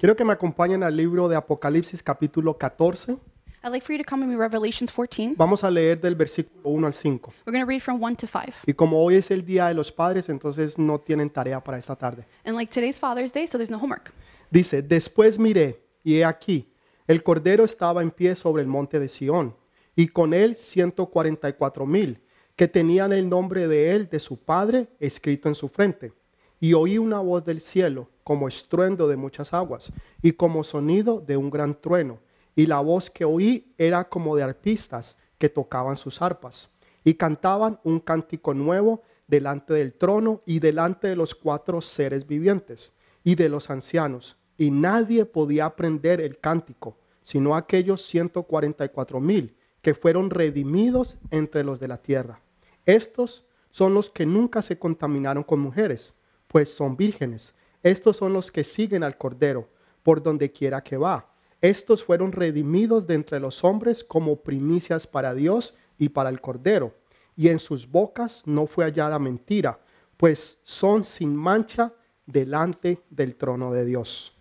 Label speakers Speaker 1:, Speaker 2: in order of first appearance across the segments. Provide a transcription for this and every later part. Speaker 1: Quiero que me acompañen al libro de Apocalipsis capítulo 14.
Speaker 2: I'd like for you to come with me to Revelations 14.
Speaker 1: Vamos a leer del versículo 1 al 5.
Speaker 2: We're going to read from 1 to 5.
Speaker 1: Y como hoy es el Día de los Padres, entonces no tienen tarea para esta tarde.
Speaker 2: And like today's Father's Day, so there's no homework.
Speaker 1: Dice, después miré, y he aquí, el Cordero estaba en pie sobre el monte de Sión, y con él ciento cuarenta y cuatro mil, que tenían el nombre de él, de su padre, escrito en su frente. Y oí una voz del cielo, como estruendo de muchas aguas, y como sonido de un gran trueno, y la voz que oí era como de arpistas que tocaban sus arpas, y cantaban un cántico nuevo delante del trono y delante de los cuatro seres vivientes y de los ancianos, y nadie podía aprender el cántico, sino aquellos 144 mil que fueron redimidos entre los de la tierra. Estos son los que nunca se contaminaron con mujeres, pues son vírgenes. Estos son los que siguen al Cordero, por donde quiera que va. Estos fueron redimidos de entre los hombres como primicias para Dios y para el Cordero. Y en sus bocas no fue hallada mentira, pues son sin mancha delante del trono de Dios.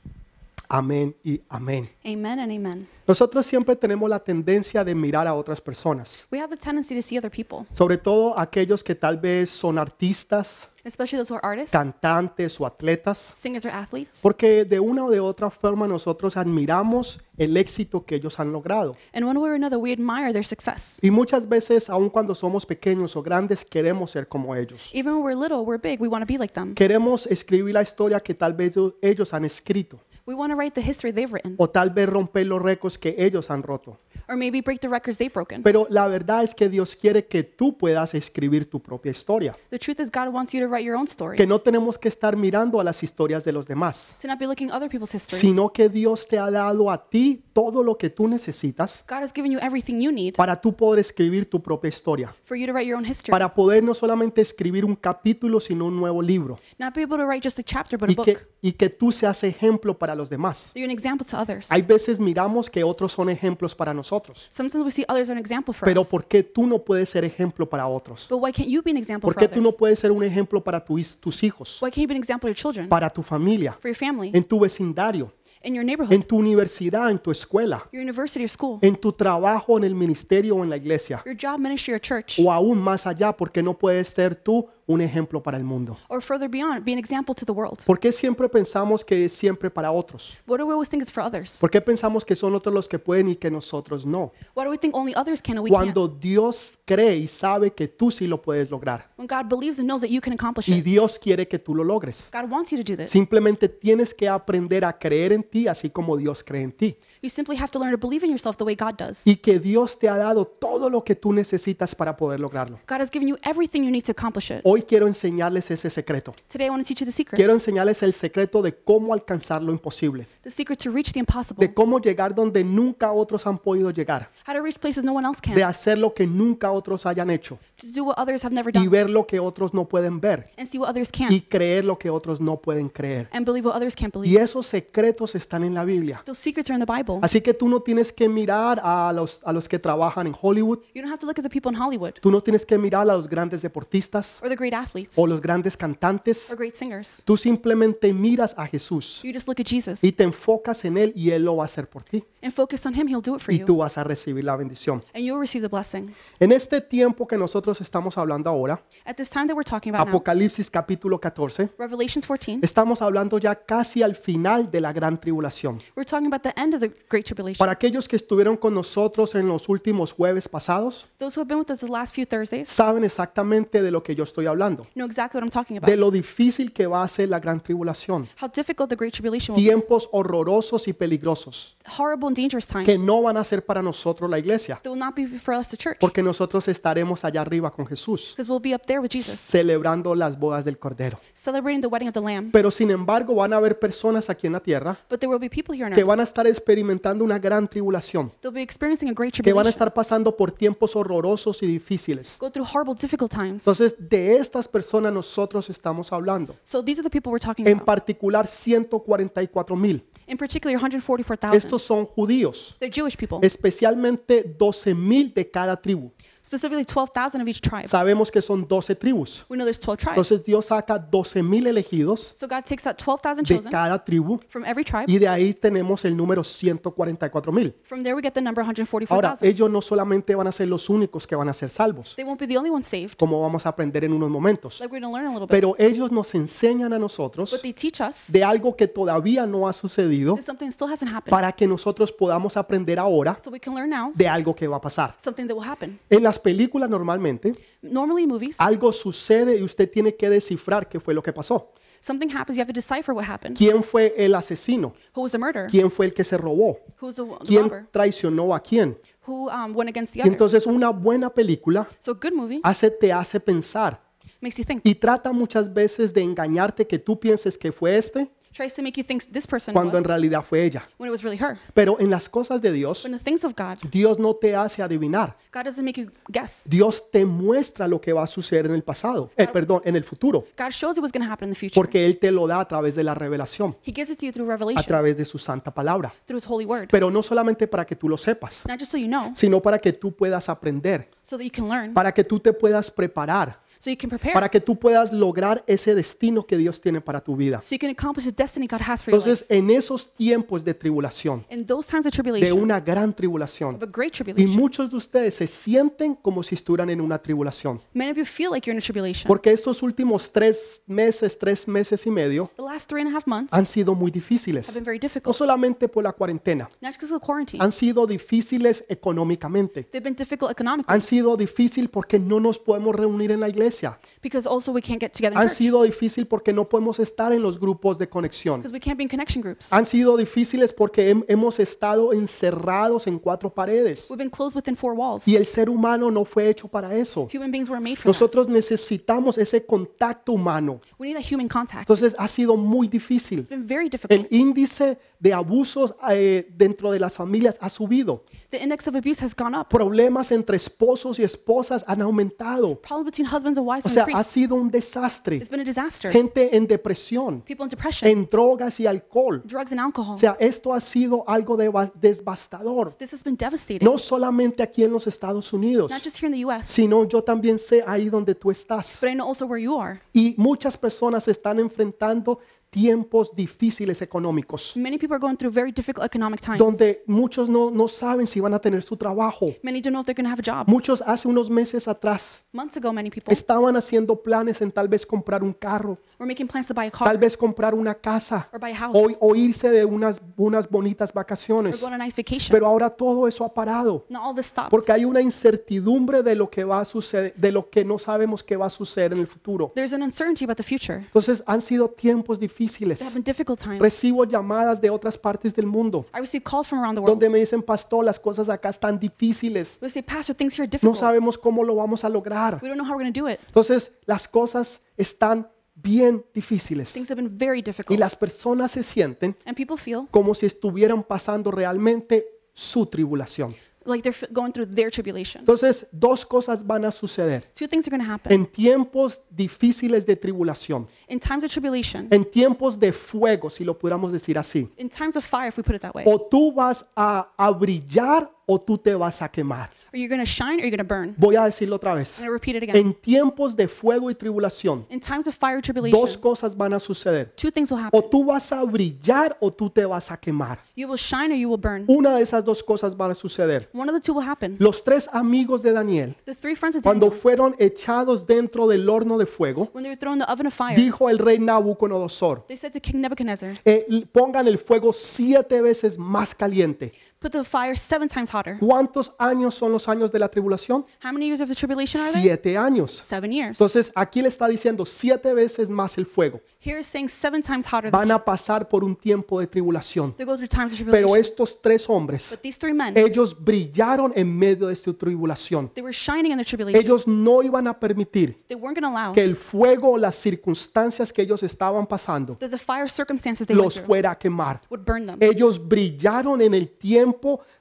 Speaker 1: Amén y amén.
Speaker 2: Amen and amen.
Speaker 1: Nosotros siempre tenemos la tendencia de mirar a otras personas,
Speaker 2: We have a tendency to see other people,
Speaker 1: sobre todo aquellos que tal vez son artistas,
Speaker 2: especially those who are artists,
Speaker 1: cantantes o atletas,
Speaker 2: singers, or athletes.
Speaker 1: porque de una o de otra forma nosotros admiramos el éxito que ellos han logrado.
Speaker 2: In one way or another, we admire their success.
Speaker 1: Y muchas veces, aun cuando somos pequeños o grandes, queremos ser como ellos.
Speaker 2: Even when we're little, we're big, we want to be like them.
Speaker 1: Queremos escribir la historia que tal vez ellos- ellos han escrito,
Speaker 2: We want to write the history they've written,
Speaker 1: o tal vez romper los récords que ellos han roto.
Speaker 2: or maybe break the records they've broken.
Speaker 1: Pero la verdad es que Dios quiere que tú puedas escribir tu propia historia.
Speaker 2: The truth is, God wants you to write your own story,
Speaker 1: Que no tenemos que estar mirando a las historias de los demás,
Speaker 2: to not be looking at other people's history.
Speaker 1: sino que Dios te ha dado a ti todo lo que tú necesitas
Speaker 2: God has given you everything you need
Speaker 1: para tú poder escribir tu propia historia.
Speaker 2: for you to write your own history,
Speaker 1: Para poder no solamente escribir un capítulo, sino un nuevo libro.
Speaker 2: not be able to write just a chapter, but a
Speaker 1: Y
Speaker 2: book.
Speaker 1: que, y que tú seas ejemplo para los demás.
Speaker 2: So you're an example to others.
Speaker 1: Hay veces miramos que otros son ejemplos para nosotros,
Speaker 2: Sometimes we see others are an example for
Speaker 1: pero
Speaker 2: us.
Speaker 1: ¿por qué tú no puedes ser ejemplo para otros?
Speaker 2: But why can't you be an example
Speaker 1: ¿Por
Speaker 2: for
Speaker 1: qué tú
Speaker 2: others?
Speaker 1: no puedes ser un ejemplo para tu his- tus hijos,
Speaker 2: Why can't you be an example to your children,
Speaker 1: para tu familia,
Speaker 2: for your family,
Speaker 1: en tu vecindario,
Speaker 2: in your neighborhood,
Speaker 1: en tu universidad, en tu escuela,
Speaker 2: your university or school,
Speaker 1: en tu trabajo, en el ministerio o en la iglesia?
Speaker 2: your job, ministry, or church,
Speaker 1: O aún más allá, ¿por qué no puedes ser tú un ejemplo para el mundo?
Speaker 2: or further beyond, be an example to the world?
Speaker 1: ¿Por qué siempre pensamos que es siempre para otros?
Speaker 2: What do we always think is for others?
Speaker 1: ¿Por qué pensamos que son otros los que pueden y que nosotros no?
Speaker 2: Why do we think only others can and we can't?
Speaker 1: Cuando Dios cree y sabe que tú sí lo puedes lograr.
Speaker 2: When God believes and knows that you can accomplish
Speaker 1: Y
Speaker 2: it,
Speaker 1: Dios quiere que tú lo logres.
Speaker 2: God wants you to do this.
Speaker 1: Simplemente tienes que aprender a creer en ti así como Dios cree en ti.
Speaker 2: You simply have to learn to believe in yourself the way God does.
Speaker 1: Y que Dios te ha dado todo lo que tú necesitas para poder lograrlo.
Speaker 2: God has given you everything you need to accomplish it.
Speaker 1: Hoy quiero enseñarles ese secreto.
Speaker 2: Today, I want to teach you the secret
Speaker 1: Oh, Quiero enseñarles el secreto de cómo alcanzar lo imposible.
Speaker 2: the secret to reach the impossible,
Speaker 1: De cómo llegar donde nunca otros han podido llegar.
Speaker 2: how to reach places no one else
Speaker 1: De
Speaker 2: can,
Speaker 1: hacer lo que nunca otros hayan hecho.
Speaker 2: to do what others have never
Speaker 1: Y
Speaker 2: done,
Speaker 1: ver lo que otros no pueden ver.
Speaker 2: and see what others
Speaker 1: Y
Speaker 2: can,
Speaker 1: creer lo que otros no pueden creer.
Speaker 2: and believe what others can't believe.
Speaker 1: Y esos secretos están en la Biblia.
Speaker 2: Those secrets are in the Bible.
Speaker 1: Así que tú no tienes que mirar a los, a los que trabajan en Hollywood,
Speaker 2: You don't have to look at the people in Hollywood
Speaker 1: tú no tienes que mirar a los grandes deportistas
Speaker 2: or the great athletes
Speaker 1: o
Speaker 2: or
Speaker 1: los grandes cantantes,
Speaker 2: great singers.
Speaker 1: tú simplemente miras a Jesús
Speaker 2: You just look at Jesus
Speaker 1: y te enfocas en Él y Él lo va a hacer por ti
Speaker 2: and focus on Him. He'll do it for
Speaker 1: y
Speaker 2: you,
Speaker 1: tú vas a recibir la bendición.
Speaker 2: and you'll receive the blessing.
Speaker 1: En este tiempo que nosotros estamos hablando ahora,
Speaker 2: At this time that we're talking about now,
Speaker 1: Apocalipsis capítulo 14,
Speaker 2: Revelations 14,
Speaker 1: estamos hablando ya casi al final de la gran tribulación.
Speaker 2: we're talking about the end of the Great Tribulation.
Speaker 1: Para aquellos que estuvieron con nosotros en los últimos jueves pasados,
Speaker 2: Those who have been with us the last few Thursdays
Speaker 1: saben exactamente de lo que yo estoy hablando.
Speaker 2: know exactly what I'm talking about.
Speaker 1: de lo difícil que va a ser la gran tribulación.
Speaker 2: How difficult the Great Tribulation will be.
Speaker 1: Tiempos horrorosos y peligrosos
Speaker 2: Horrible and dangerous times
Speaker 1: que
Speaker 2: that
Speaker 1: no van a ser para nosotros la iglesia,
Speaker 2: will not be for us, the church,
Speaker 1: porque nosotros estaremos allá arriba con Jesús,
Speaker 2: because we'll be up there with Jesus,
Speaker 1: celebrando las bodas del Cordero.
Speaker 2: celebrating the wedding of the Lamb.
Speaker 1: Pero sin embargo van a haber personas aquí en la tierra
Speaker 2: But there will be people here on
Speaker 1: que
Speaker 2: earth.
Speaker 1: van a estar experimentando una gran tribulación,
Speaker 2: They'll be experiencing a Great
Speaker 1: que van a
Speaker 2: Tribulation,
Speaker 1: estar pasando por tiempos horrorosos y difíciles.
Speaker 2: go through horrible, difficult times.
Speaker 1: Entonces, de estas personas nosotros estamos hablando.
Speaker 2: So these are the people we're talking
Speaker 1: En
Speaker 2: about.
Speaker 1: particular, 144 mil.
Speaker 2: In particular, 144,000.
Speaker 1: Estos son judíos,
Speaker 2: They're Jewish people.
Speaker 1: especialmente 12 mil de cada tribu.
Speaker 2: Specifically, 12,000 of each tribe.
Speaker 1: Sabemos que son 12 tribus.
Speaker 2: We know there's 12 tribes.
Speaker 1: Entonces Dios saca 12 mil elegidos
Speaker 2: So God takes out 12,000
Speaker 1: de
Speaker 2: chosen
Speaker 1: cada tribu
Speaker 2: from every tribe.
Speaker 1: y de ahí tenemos el número 144 mil.
Speaker 2: From there, we get the number
Speaker 1: Ahora,
Speaker 2: 144,000.
Speaker 1: ellos no solamente van a ser los únicos que van a ser salvos,
Speaker 2: They won't be the only ones saved,
Speaker 1: como vamos a aprender en unos momentos,
Speaker 2: like we're going to learn a little bit.
Speaker 1: pero ellos nos enseñan a nosotros
Speaker 2: But they teach us
Speaker 1: de algo que todavía no ha sucedido
Speaker 2: that something that still hasn't happened.
Speaker 1: para que nosotros podamos aprender ahora
Speaker 2: So we can learn now
Speaker 1: de algo que va a pasar.
Speaker 2: something that will happen.
Speaker 1: En las películas normalmente
Speaker 2: Normally, in movies,
Speaker 1: algo sucede y usted tiene que descifrar qué fue lo que pasó.
Speaker 2: something happens. You have to decipher what happened.
Speaker 1: ¿Quién fue el asesino?
Speaker 2: Who was the murderer?
Speaker 1: ¿Quién fue el que se robó?
Speaker 2: Who's the, the
Speaker 1: ¿Quién
Speaker 2: robber?
Speaker 1: traicionó a quién?
Speaker 2: Who um, went against the
Speaker 1: Y
Speaker 2: other?
Speaker 1: entonces una buena película
Speaker 2: So a good movie
Speaker 1: hace, te hace pensar
Speaker 2: makes you think.
Speaker 1: y trata muchas veces de engañarte que tú pienses que fue este
Speaker 2: Tries to make you think this person
Speaker 1: cuando en
Speaker 2: was
Speaker 1: realidad fue ella.
Speaker 2: when it was really her.
Speaker 1: Pero en las cosas de Dios,
Speaker 2: But in the things of God,
Speaker 1: Dios no te hace adivinar.
Speaker 2: God doesn't make you guess.
Speaker 1: Dios te muestra lo que va a suceder en el pasado, eh, perdón, en el futuro,
Speaker 2: God shows you what's going to happen in the future.
Speaker 1: porque Él te lo da a través de la revelación,
Speaker 2: He gives it to you through
Speaker 1: a
Speaker 2: revelation,
Speaker 1: través de su santa palabra.
Speaker 2: through His holy word.
Speaker 1: Pero no solamente para que tú lo sepas,
Speaker 2: Not just so you know,
Speaker 1: sino para que tú puedas aprender,
Speaker 2: so that you can learn,
Speaker 1: para que tú te puedas preparar,
Speaker 2: so you can prepare,
Speaker 1: para que tú puedas lograr ese destino que Dios tiene para tu vida.
Speaker 2: so you can accomplish the destiny God has for you.
Speaker 1: Entonces, en esos tiempos de tribulación,
Speaker 2: In those times
Speaker 1: de
Speaker 2: of tribulation,
Speaker 1: una gran tribulación,
Speaker 2: of a great
Speaker 1: y
Speaker 2: tribulation,
Speaker 1: muchos de ustedes se sienten como si estuvieran en una tribulación,
Speaker 2: many of you feel like you're in a tribulation.
Speaker 1: porque estos últimos tres meses, tres meses y medio,
Speaker 2: The last three and a half months
Speaker 1: han
Speaker 2: have
Speaker 1: sido muy difíciles.
Speaker 2: been very
Speaker 1: no
Speaker 2: difficult.
Speaker 1: solamente por la cuarentena,
Speaker 2: Not just because of quarantine,
Speaker 1: han sido difíciles económicamente,
Speaker 2: they've been difficult economically
Speaker 1: han sido difícil porque no nos podemos reunir en la iglesia,
Speaker 2: because also we can't get together in
Speaker 1: han
Speaker 2: church
Speaker 1: sido difícil porque no podemos estar en los grupos de conexión,
Speaker 2: because we can't be in connection groups.
Speaker 1: han sido difíciles porque hem- hemos estado encerrados en cuatro paredes
Speaker 2: We've been closed within four walls.
Speaker 1: y el ser humano no fue hecho para eso.
Speaker 2: Human beings were made for that.
Speaker 1: Nosotros necesitamos ese contacto humano.
Speaker 2: We need that human contact.
Speaker 1: Entonces ha sido muy difícil.
Speaker 2: It's been very
Speaker 1: El
Speaker 2: difficult.
Speaker 1: índice de abusos eh, dentro de las familias ha subido.
Speaker 2: The index of abuse has gone up.
Speaker 1: problemas entre esposos y esposas han aumentado.
Speaker 2: Problems between husbands and wives
Speaker 1: O
Speaker 2: have
Speaker 1: sea, ha
Speaker 2: increased.
Speaker 1: sido un desastre.
Speaker 2: It's been a disaster.
Speaker 1: Gente en depresión,
Speaker 2: People in depression,
Speaker 1: en drogas y alcohol.
Speaker 2: drugs and alcohol.
Speaker 1: O sea, esto ha sido algo deva- devastador.
Speaker 2: This has been devastating.
Speaker 1: No solamente aquí en los Estados Unidos,
Speaker 2: Not just here in the U.S.,
Speaker 1: sino yo también sé ahí donde tú estás.
Speaker 2: but I know also where you are.
Speaker 1: Y muchas personas están enfrentando tiempos difíciles económicos,
Speaker 2: Many people are going through very difficult economic times.
Speaker 1: donde muchos no, no saben si van a tener su trabajo.
Speaker 2: Many don't know if they're going to have a job.
Speaker 1: Muchos hace unos meses atrás
Speaker 2: Months ago, many people
Speaker 1: estaban haciendo planes en tal vez comprar un carro,
Speaker 2: were making plans to buy a
Speaker 1: tal
Speaker 2: car
Speaker 1: vez comprar una casa
Speaker 2: or buy a house
Speaker 1: o,
Speaker 2: or
Speaker 1: o irse de unas, unas bonitas
Speaker 2: go
Speaker 1: vacaciones.
Speaker 2: on a nice vacation.
Speaker 1: Pero ahora todo eso ha parado
Speaker 2: Not all this stopped.
Speaker 1: porque hay una incertidumbre de lo que va a suceder, de lo que no sabemos que va a suceder en el futuro.
Speaker 2: There's an uncertainty about the future.
Speaker 1: Entonces han sido tiempos
Speaker 2: There have
Speaker 1: difíciles.
Speaker 2: been difficult times.
Speaker 1: Recibo llamadas de otras partes del mundo
Speaker 2: I receive calls from around the world.
Speaker 1: donde me dicen, pastor, las cosas acá están difíciles.
Speaker 2: We say, Pastor, things here are
Speaker 1: No
Speaker 2: difficult.
Speaker 1: sabemos cómo lo vamos a lograr.
Speaker 2: We don't know how we're going to do it.
Speaker 1: Entonces las cosas están bien difíciles.
Speaker 2: Things have been very
Speaker 1: y
Speaker 2: difficult.
Speaker 1: las personas se sienten
Speaker 2: And people feel
Speaker 1: como si estuvieran pasando realmente su tribulación.
Speaker 2: like they're f- going through their tribulation.
Speaker 1: Entonces, dos cosas van a suceder.
Speaker 2: Two things are going to happen.
Speaker 1: En tiempos difíciles de tribulación,
Speaker 2: In times of tribulation,
Speaker 1: en tiempos de fuego, si lo pudiéramos decir así,
Speaker 2: in times of fire, if we put it that way,
Speaker 1: o tú vas a, a brillar o tú te vas a quemar.
Speaker 2: are you going to shine or are you going to burn?
Speaker 1: Voy a decirlo otra vez.
Speaker 2: I'm going to repeat it again.
Speaker 1: En tiempos de fuego y tribulación,
Speaker 2: In times of fire,
Speaker 1: dos
Speaker 2: tribulation,
Speaker 1: cosas van a suceder.
Speaker 2: two things will happen.
Speaker 1: O tú vas a brillar o tú te vas a quemar.
Speaker 2: You will shine or you will burn.
Speaker 1: Una de esas dos cosas van a suceder.
Speaker 2: One of the two will happen.
Speaker 1: Los tres amigos de Daniel
Speaker 2: The three friends of
Speaker 1: cuando
Speaker 2: Daniel,
Speaker 1: fueron echados dentro del horno de fuego,
Speaker 2: when they were thrown in the oven of fire,
Speaker 1: dijo el rey Nabucodonosor,
Speaker 2: they said to King Nebuchadnezzar,
Speaker 1: "Eh, l- pongan el fuego siete veces más caliente.
Speaker 2: Put the fire seven times hotter.
Speaker 1: ¿Cuántos años son los años de la tribulación?
Speaker 2: How many years of the tribulation are there?
Speaker 1: Siete años.
Speaker 2: Seven years.
Speaker 1: Entonces aquí le está diciendo siete veces más el fuego.
Speaker 2: Here is saying seven times hotter than
Speaker 1: Van a pasar por un tiempo de tribulación.
Speaker 2: they go through times of
Speaker 1: Pero
Speaker 2: tribulation.
Speaker 1: estos tres hombres,
Speaker 2: But these three men,
Speaker 1: ellos brillaron en medio de esta tribulación.
Speaker 2: they were shining in the tribulation.
Speaker 1: Ellos no iban a permitir
Speaker 2: They weren't going to allow
Speaker 1: que el fuego o las circunstancias que ellos estaban pasando
Speaker 2: that the fire circumstances they went
Speaker 1: los
Speaker 2: through
Speaker 1: fuera a quemar.
Speaker 2: would burn them.
Speaker 1: Ellos brillaron en el tiempo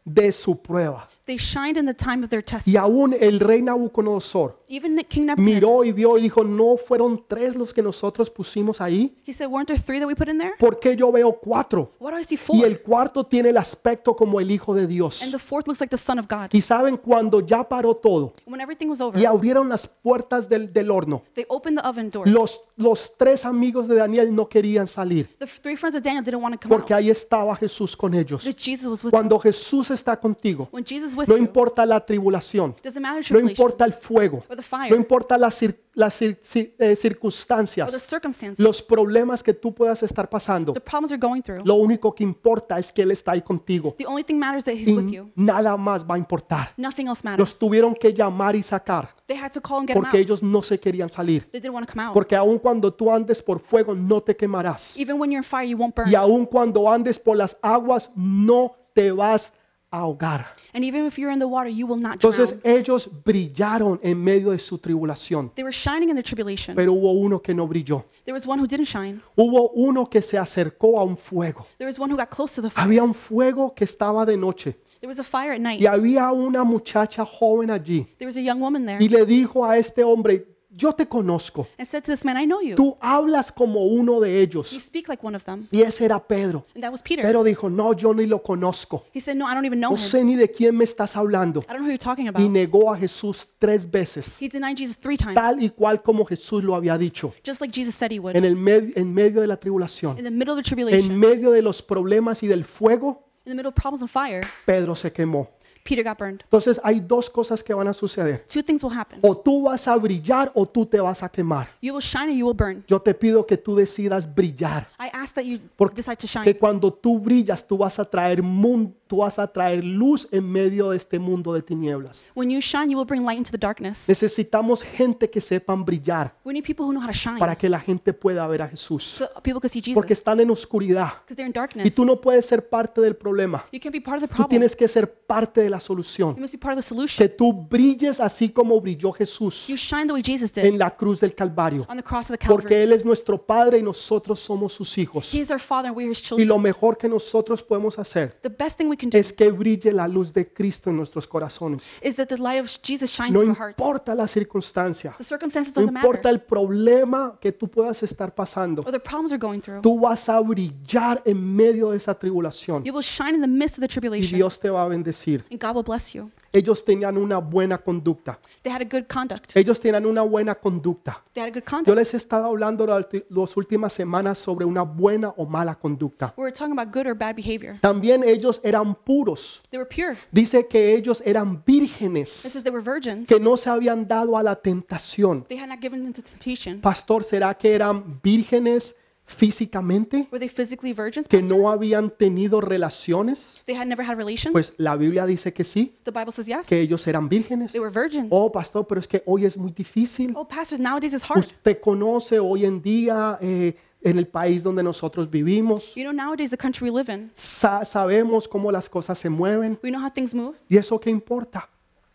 Speaker 1: de su prueba.
Speaker 2: They shined in the time of their test.
Speaker 1: Y aún el rey Nabucodonosor
Speaker 2: Even King Nebuchadnezzar,
Speaker 1: miró y vio y dijo, ¿no fueron tres los que nosotros pusimos ahí?
Speaker 2: he said, weren't there three that we put in there?
Speaker 1: ¿Por qué yo veo cuatro?
Speaker 2: Why do I see
Speaker 1: Y
Speaker 2: four?
Speaker 1: el cuarto tiene el aspecto como el Hijo de Dios.
Speaker 2: And the fourth looks like the Son of God.
Speaker 1: Y saben, cuando ya paró todo
Speaker 2: When everything was over,
Speaker 1: y abrieron las puertas del, del horno,
Speaker 2: they opened the oven doors.
Speaker 1: los, los tres amigos de Daniel no querían salir
Speaker 2: The three friends of Daniel didn't want to come
Speaker 1: porque
Speaker 2: out.
Speaker 1: ahí estaba Jesús con ellos.
Speaker 2: That Jesus was with them.
Speaker 1: Cuando Jesús está contigo,
Speaker 2: When Jesus is with
Speaker 1: no
Speaker 2: you,
Speaker 1: importa la tribulación,
Speaker 2: doesn't matter
Speaker 1: no
Speaker 2: tribulation
Speaker 1: importa el fuego,
Speaker 2: or the fire
Speaker 1: no importa las, cir- las cir- cir- eh,
Speaker 2: or the
Speaker 1: circunstancias,
Speaker 2: circumstances,
Speaker 1: los problemas que tú puedas estar pasando,
Speaker 2: the problems you're going through.
Speaker 1: lo único que importa es que Él está ahí contigo
Speaker 2: The only thing matters that he's with
Speaker 1: y
Speaker 2: you.
Speaker 1: nada más va a importar.
Speaker 2: Nothing else
Speaker 1: Mm-hmm. Los
Speaker 2: matters.
Speaker 1: tuvieron que llamar y sacar
Speaker 2: They had to call and get him out.
Speaker 1: porque
Speaker 2: They
Speaker 1: ellos no se querían salir.
Speaker 2: didn't want to come out.
Speaker 1: Porque aun cuando tú andes por fuego no te quemarás.
Speaker 2: Even when you're in fire, you won't burn.
Speaker 1: Y aun cuando andes por las aguas no te vas a ahogar.
Speaker 2: And even if you're in the water, you will not
Speaker 1: Entonces
Speaker 2: drown.
Speaker 1: ellos brillaron en medio de su tribulación,
Speaker 2: They were shining in the tribulation.
Speaker 1: pero hubo uno que no brilló.
Speaker 2: There was one who didn't shine.
Speaker 1: Hubo uno que se acercó a un fuego.
Speaker 2: There was one who got close to the fire.
Speaker 1: Había un fuego que estaba de noche
Speaker 2: There was a fire at night.
Speaker 1: y había una muchacha joven allí
Speaker 2: There was a young woman there
Speaker 1: y le dijo a este hombre, yo te conozco,
Speaker 2: and said to this man, I know you.
Speaker 1: tú hablas como uno de
Speaker 2: You
Speaker 1: ellos.
Speaker 2: speak like one of them.
Speaker 1: Y ese era Pedro.
Speaker 2: And that was Peter.
Speaker 1: Pero dijo, no, yo ni lo conozco.
Speaker 2: He said, No, I don't even know
Speaker 1: No
Speaker 2: him.
Speaker 1: sé ni de quién me estás hablando.
Speaker 2: I don't know who you're talking
Speaker 1: Y
Speaker 2: about.
Speaker 1: negó a Jesús tres veces,
Speaker 2: He denied Jesus three times,
Speaker 1: tal y cual como Jesús lo había dicho,
Speaker 2: just like Jesus said he would.
Speaker 1: en, el med- en medio de la
Speaker 2: In
Speaker 1: tribulación,
Speaker 2: the middle of the tribulation,
Speaker 1: en medio de los problemas y del fuego.
Speaker 2: in the middle of problems and fire,
Speaker 1: Pedro se quemó.
Speaker 2: Peter got burned.
Speaker 1: Entonces hay dos cosas que van a suceder.
Speaker 2: Two things will happen.
Speaker 1: O tú vas a brillar o tú te vas a quemar.
Speaker 2: You will shine and you will burn.
Speaker 1: Yo te pido que tú decidas brillar,
Speaker 2: I ask that you
Speaker 1: Porque-
Speaker 2: decide to
Speaker 1: que
Speaker 2: shine.
Speaker 1: cuando tú brillas tú vas a traer mun- tú vas a traer luz en medio de este mundo de tinieblas.
Speaker 2: When you shine, you will bring light into the darkness.
Speaker 1: Necesitamos gente que sepan brillar
Speaker 2: We need people who know how to shine
Speaker 1: para que la gente pueda ver a Jesús,
Speaker 2: so people can see Jesus
Speaker 1: porque
Speaker 2: because
Speaker 1: están en oscuridad
Speaker 2: they're in
Speaker 1: y
Speaker 2: darkness.
Speaker 1: tú no puedes ser parte del problema.
Speaker 2: You can't be part of the
Speaker 1: Tú
Speaker 2: problem.
Speaker 1: tienes que ser parte de la
Speaker 2: You
Speaker 1: solución,
Speaker 2: must be part of the solution.
Speaker 1: que tú brilles así como brilló Jesús
Speaker 2: You shine the way Jesus did
Speaker 1: en la cruz del Calvario.
Speaker 2: on the cross of the Calvary.
Speaker 1: porque Él es nuestro Padre y nosotros somos sus hijos.
Speaker 2: He is our Father and we are His
Speaker 1: Y
Speaker 2: children.
Speaker 1: lo mejor que nosotros podemos hacer
Speaker 2: The best thing we can do
Speaker 1: es que brille la luz de Cristo en nuestros corazones.
Speaker 2: is that the light of Jesus shines
Speaker 1: No
Speaker 2: through our hearts.
Speaker 1: importa la circunstancia,
Speaker 2: The circumstances
Speaker 1: no
Speaker 2: doesn't
Speaker 1: importa el
Speaker 2: matter
Speaker 1: problema que tú puedas estar pasando,
Speaker 2: or the problems are going through.
Speaker 1: tú vas a brillar en medio de esa tribulación
Speaker 2: You will shine in the midst of the
Speaker 1: y
Speaker 2: tribulation
Speaker 1: Dios te va a bendecir.
Speaker 2: and God will bless you.
Speaker 1: Ellos tenían una buena conducta.
Speaker 2: They had a good conduct.
Speaker 1: Ellos tenían una buena conducta.
Speaker 2: They had a good
Speaker 1: Yo
Speaker 2: conduct.
Speaker 1: les he estado hablando durante las últimas semanas sobre una buena o mala conducta.
Speaker 2: We were talking about good or bad behavior.
Speaker 1: También ellos eran puros.
Speaker 2: They were pure.
Speaker 1: Dice que ellos eran
Speaker 2: It
Speaker 1: vírgenes,
Speaker 2: says they were virgins.
Speaker 1: que no se habían dado a la tentación.
Speaker 2: They had not given into temptation.
Speaker 1: Pastor, ¿será que eran vírgenes físicamente?
Speaker 2: Were they physically virgins?
Speaker 1: ¿Que
Speaker 2: Pastor?
Speaker 1: no habían tenido relaciones?
Speaker 2: They had never had relations?
Speaker 1: Pues la Biblia dice que sí,
Speaker 2: the Bible says yes.
Speaker 1: que ellos eran vírgenes.
Speaker 2: They were virgins.
Speaker 1: Oh, pastor, pero es que hoy es muy difícil.
Speaker 2: Oh, pastor, nowadays it's hard.
Speaker 1: Usted conoce hoy en día eh, en el país donde nosotros vivimos.
Speaker 2: You know, nowadays the country we live in,
Speaker 1: Sa- sabemos cómo las cosas se mueven
Speaker 2: we know how things move.
Speaker 1: y eso qué importa.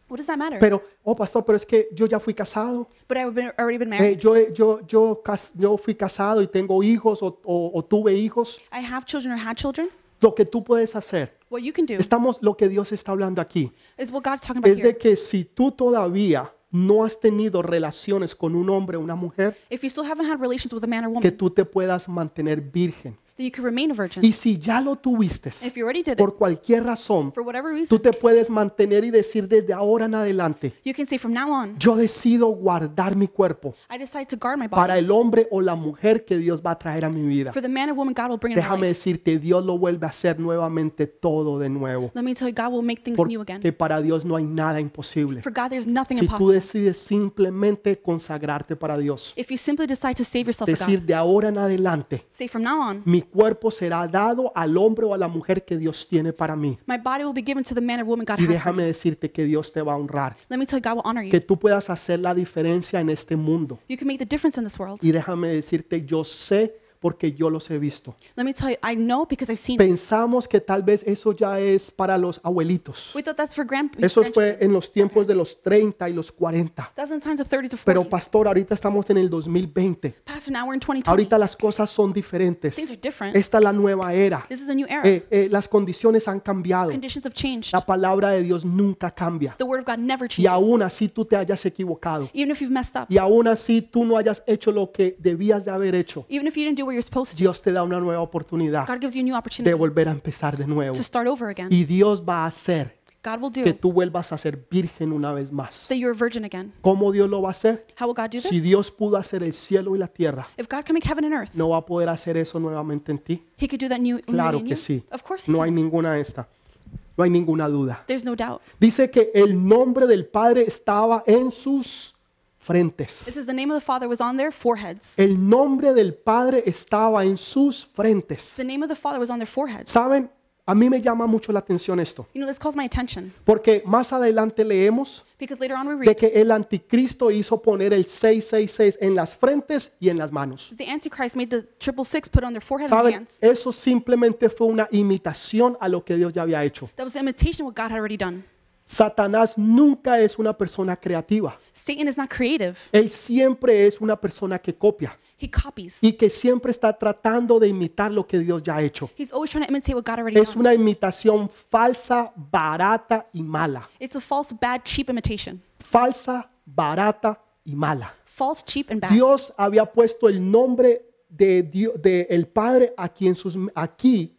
Speaker 2: What does that matter?
Speaker 1: Pero, oh pastor, pero es que yo ya fui casado.
Speaker 2: but I've been, already been
Speaker 1: Eh,
Speaker 2: married.
Speaker 1: yo, yo, yo, cas- yo fui casado y tengo hijos o, o- o tuve hijos.
Speaker 2: I have children or had children.
Speaker 1: Lo que tú puedes hacer,
Speaker 2: What you can do
Speaker 1: estamos, lo que Dios está hablando aquí,
Speaker 2: is what God's talking about
Speaker 1: es
Speaker 2: here.
Speaker 1: de que si tú todavía no has tenido relaciones con un hombre o una mujer,
Speaker 2: If you still haven't had relations with a man or
Speaker 1: que
Speaker 2: woman,
Speaker 1: tú te puedas mantener virgen.
Speaker 2: that you can remain a virgin.
Speaker 1: Y si ya lo tuviste,
Speaker 2: if you already did it,
Speaker 1: por cualquier razón,
Speaker 2: for whatever
Speaker 1: tú
Speaker 2: reason,
Speaker 1: te puedes mantener y decir desde ahora en adelante,
Speaker 2: you can say from now on,
Speaker 1: yo decido guardar mi cuerpo
Speaker 2: I decide to guard my body.
Speaker 1: para el hombre o la mujer que Dios va a traer a mi vida.
Speaker 2: For the man or woman God will bring in my
Speaker 1: Déjame
Speaker 2: life.
Speaker 1: decirte, Dios lo vuelve a hacer nuevamente todo de nuevo.
Speaker 2: Let me tell you, God will make things new again.
Speaker 1: Porque para Dios no hay nada imposible.
Speaker 2: For God, there's nothing
Speaker 1: Si tú
Speaker 2: impossible.
Speaker 1: decides simplemente consagrarte para Dios,
Speaker 2: If you simply decide to save yourself for God,
Speaker 1: decir de ahora en adelante,
Speaker 2: say from now on,
Speaker 1: mi cuerpo será dado al hombre o a la mujer que Dios tiene para mí.
Speaker 2: my body will be given to the man or woman God
Speaker 1: Y
Speaker 2: has for me.
Speaker 1: déjame decirte que Dios te va a honrar,
Speaker 2: Let me tell you, God will honor you.
Speaker 1: que tú puedas hacer la diferencia en este mundo.
Speaker 2: You can make the difference in this world.
Speaker 1: Y déjame decirte, yo sé Porque yo los he visto.
Speaker 2: Let me tell you, I know because I've seen it.
Speaker 1: Pensamos que tal vez eso ya es para los abuelitos.
Speaker 2: We thought that's for grand-
Speaker 1: Eso
Speaker 2: grandchildren.
Speaker 1: fue en los tiempos de los 30 y los 40.
Speaker 2: That's in times of 30s or 40s.
Speaker 1: Pero pastor, ahorita estamos en el 2020.
Speaker 2: Pastor, now we're in 2020.
Speaker 1: Ahorita las cosas son diferentes.
Speaker 2: Things are different.
Speaker 1: Esta es la nueva era.
Speaker 2: This is a new era.
Speaker 1: Eh, eh, las condiciones han cambiado.
Speaker 2: Conditions have changed.
Speaker 1: La palabra de Dios nunca cambia.
Speaker 2: The word of God never
Speaker 1: Y
Speaker 2: changes.
Speaker 1: aún así tú te hayas equivocado.
Speaker 2: Even if you've messed up.
Speaker 1: Y aún así tú no hayas hecho lo que debías de haber hecho.
Speaker 2: Even if you didn't do what you're supposed to.
Speaker 1: Dios te da una nueva oportunidad
Speaker 2: God gives you a new
Speaker 1: de
Speaker 2: opportunity
Speaker 1: volver a empezar de nuevo.
Speaker 2: to start over again.
Speaker 1: Y Dios va a hacer
Speaker 2: God will
Speaker 1: que
Speaker 2: do
Speaker 1: tú vuelvas a ser virgen una vez más.
Speaker 2: that you're a virgin again.
Speaker 1: ¿Cómo Dios lo va a hacer?
Speaker 2: How will God do
Speaker 1: Si
Speaker 2: this?
Speaker 1: Dios pudo hacer el cielo y la tierra,
Speaker 2: If God can make heaven and earth,
Speaker 1: ¿no va a poder hacer eso nuevamente en ti?
Speaker 2: He could do that new.
Speaker 1: Claro
Speaker 2: in
Speaker 1: que
Speaker 2: you.
Speaker 1: sí.
Speaker 2: Of course He
Speaker 1: No
Speaker 2: can.
Speaker 1: hay ninguna esta. No hay ninguna duda.
Speaker 2: There's no doubt.
Speaker 1: Dice que el nombre del Padre estaba en sus frentes.
Speaker 2: This is the name of the Father was on their foreheads.
Speaker 1: El nombre del Padre estaba en sus frentes.
Speaker 2: The name of the Father was on their foreheads.
Speaker 1: ¿Saben? A mí me llama mucho la atención esto,
Speaker 2: You know, this calls my attention
Speaker 1: porque más adelante leemos
Speaker 2: because later on we
Speaker 1: de
Speaker 2: read
Speaker 1: que el anticristo hizo poner el 666 en las frentes y en las manos.
Speaker 2: that the Antichrist made the triple six put on their forehead and
Speaker 1: ¿Saben?
Speaker 2: hands.
Speaker 1: Eso simplemente fue una imitación a lo que Dios ya había hecho.
Speaker 2: That was an imitation of what God had already done.
Speaker 1: Satanás nunca es una persona creativa.
Speaker 2: Satan is not creative.
Speaker 1: Él siempre es una persona que copia
Speaker 2: He copies.
Speaker 1: y que siempre está tratando de imitar lo que Dios ya ha hecho.
Speaker 2: He's always trying to imitate what God already
Speaker 1: Es
Speaker 2: done.
Speaker 1: una imitación falsa, barata y mala.
Speaker 2: It's a false, bad, cheap imitation.
Speaker 1: Falsa, barata y mala.
Speaker 2: False, cheap, and bad.
Speaker 1: Dios había puesto el nombre de Dios, de el Padre aquí en sus aquí,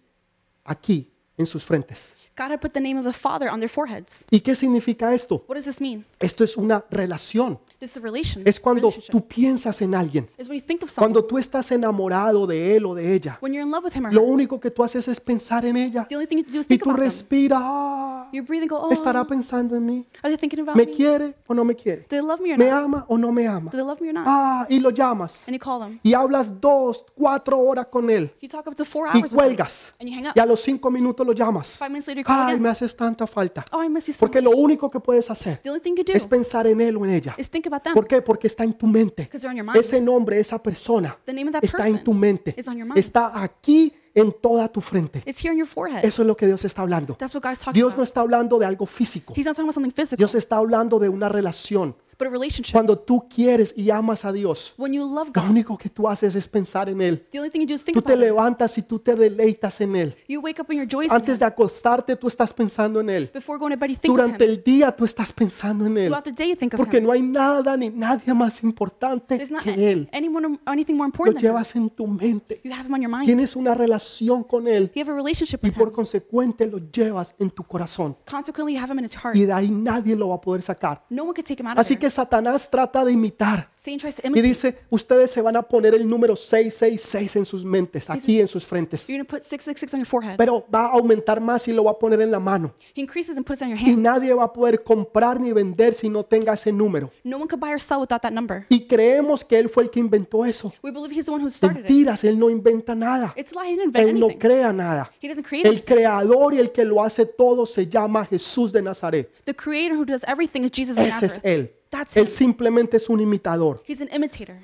Speaker 1: aquí en sus frentes.
Speaker 2: God had put the name of the Father on their foreheads.
Speaker 1: ¿Y qué significa esto?
Speaker 2: What does this mean?
Speaker 1: Esto es una relación.
Speaker 2: This is a relation.
Speaker 1: Es cuando
Speaker 2: relationship.
Speaker 1: tú piensas en alguien,
Speaker 2: It's when you think of someone.
Speaker 1: cuando tú estás enamorado de él o de ella.
Speaker 2: When you're in love with him or her.
Speaker 1: Lo único que tú haces es pensar en ella.
Speaker 2: The only thing you do is
Speaker 1: Y
Speaker 2: think
Speaker 1: tú
Speaker 2: about them.
Speaker 1: respiras. "Ah,
Speaker 2: You're breathing, go, oh,
Speaker 1: ¿Estará pensando en mí?
Speaker 2: are they thinking about
Speaker 1: ¿Me
Speaker 2: me?
Speaker 1: quiere o no me quiere?
Speaker 2: Do they love me or
Speaker 1: ¿Me
Speaker 2: not?
Speaker 1: ama o no me ama?
Speaker 2: Do they love me or not?
Speaker 1: Ah, y lo llamas.
Speaker 2: And you call them.
Speaker 1: Y hablas dos, cuatro horas con él.
Speaker 2: You talk up to four
Speaker 1: Y
Speaker 2: hours with them.
Speaker 1: cuelgas.
Speaker 2: And you hang up.
Speaker 1: Y a los cinco minutos lo llamas.
Speaker 2: Five minutes later, you call
Speaker 1: Ay,
Speaker 2: again.
Speaker 1: me haces tanta falta.
Speaker 2: Oh, I miss you so
Speaker 1: Porque
Speaker 2: much.
Speaker 1: lo único que puedes hacer
Speaker 2: The only thing you do
Speaker 1: es pensar en él o en ella.
Speaker 2: is think about them.
Speaker 1: ¿Por qué? Porque está en tu mente.
Speaker 2: 'Cause they're on your mind.
Speaker 1: Ese nombre, esa persona,
Speaker 2: The name of that
Speaker 1: está en
Speaker 2: person
Speaker 1: tu mente.
Speaker 2: is on your mind.
Speaker 1: Está aquí en toda tu frente.
Speaker 2: It's here on your forehead.
Speaker 1: Eso es lo que Dios está hablando.
Speaker 2: That's what God's talking
Speaker 1: Dios no
Speaker 2: about.
Speaker 1: está hablando de algo físico.
Speaker 2: He's not talking about something physical,
Speaker 1: Dios está hablando de una relación.
Speaker 2: but a relationship.
Speaker 1: Cuando tú quieres y amas a Dios,
Speaker 2: when you love
Speaker 1: lo
Speaker 2: God,
Speaker 1: único que tú haces es pensar en Él.
Speaker 2: the only thing you do is think
Speaker 1: Tú te
Speaker 2: about Him.
Speaker 1: levantas y tú te deleitas en Él.
Speaker 2: You wake up and you're joyous. in
Speaker 1: Antes
Speaker 2: Him.
Speaker 1: de acostarte, tú estás pensando en Él.
Speaker 2: Before going to bed, you think of
Speaker 1: Durante
Speaker 2: Him.
Speaker 1: el día, tú estás pensando en Él.
Speaker 2: Throughout the day, you think of
Speaker 1: Porque
Speaker 2: Him.
Speaker 1: no hay nada ni nadie más importante
Speaker 2: There's not
Speaker 1: que Él.
Speaker 2: anyone, anything
Speaker 1: Lo
Speaker 2: more important than Him.
Speaker 1: llevas en tu mente.
Speaker 2: You have Him on your mind.
Speaker 1: Tienes una relación con Él
Speaker 2: You have a relationship
Speaker 1: y
Speaker 2: with
Speaker 1: por
Speaker 2: Him.
Speaker 1: consecuente lo llevas en tu corazón.
Speaker 2: Consequently, you have Him in His heart.
Speaker 1: Y de ahí nadie lo va a poder sacar.
Speaker 2: No one could take Him out of
Speaker 1: Así
Speaker 2: there.
Speaker 1: que Satanás trata de imitar
Speaker 2: Satan tries to
Speaker 1: y
Speaker 2: imitate.
Speaker 1: dice, ustedes se van a poner el número 666 en sus mentes, aquí en sus frentes.
Speaker 2: You're going to put 666 on your forehead.
Speaker 1: Pero va a aumentar más y lo va a poner en la mano.
Speaker 2: He increases and puts it on your
Speaker 1: Y
Speaker 2: hand.
Speaker 1: nadie va a poder comprar ni vender si no tenga ese número.
Speaker 2: No one could buy or sell without that number.
Speaker 1: Y creemos que él fue el que inventó eso.
Speaker 2: We believe he's the one who started it.
Speaker 1: Mentiras, él no inventa nada.
Speaker 2: It's a lie. He didn't invent
Speaker 1: Él no
Speaker 2: anything.
Speaker 1: crea nada.
Speaker 2: He doesn't create
Speaker 1: El
Speaker 2: anything.
Speaker 1: creador y el que lo hace todo se llama Jesús de Nazaret.
Speaker 2: The creator who does everything is Jesus of
Speaker 1: Ese es
Speaker 2: Nazareth.
Speaker 1: él.
Speaker 2: That's him.
Speaker 1: Él simplemente es un imitador.
Speaker 2: He's an imitator.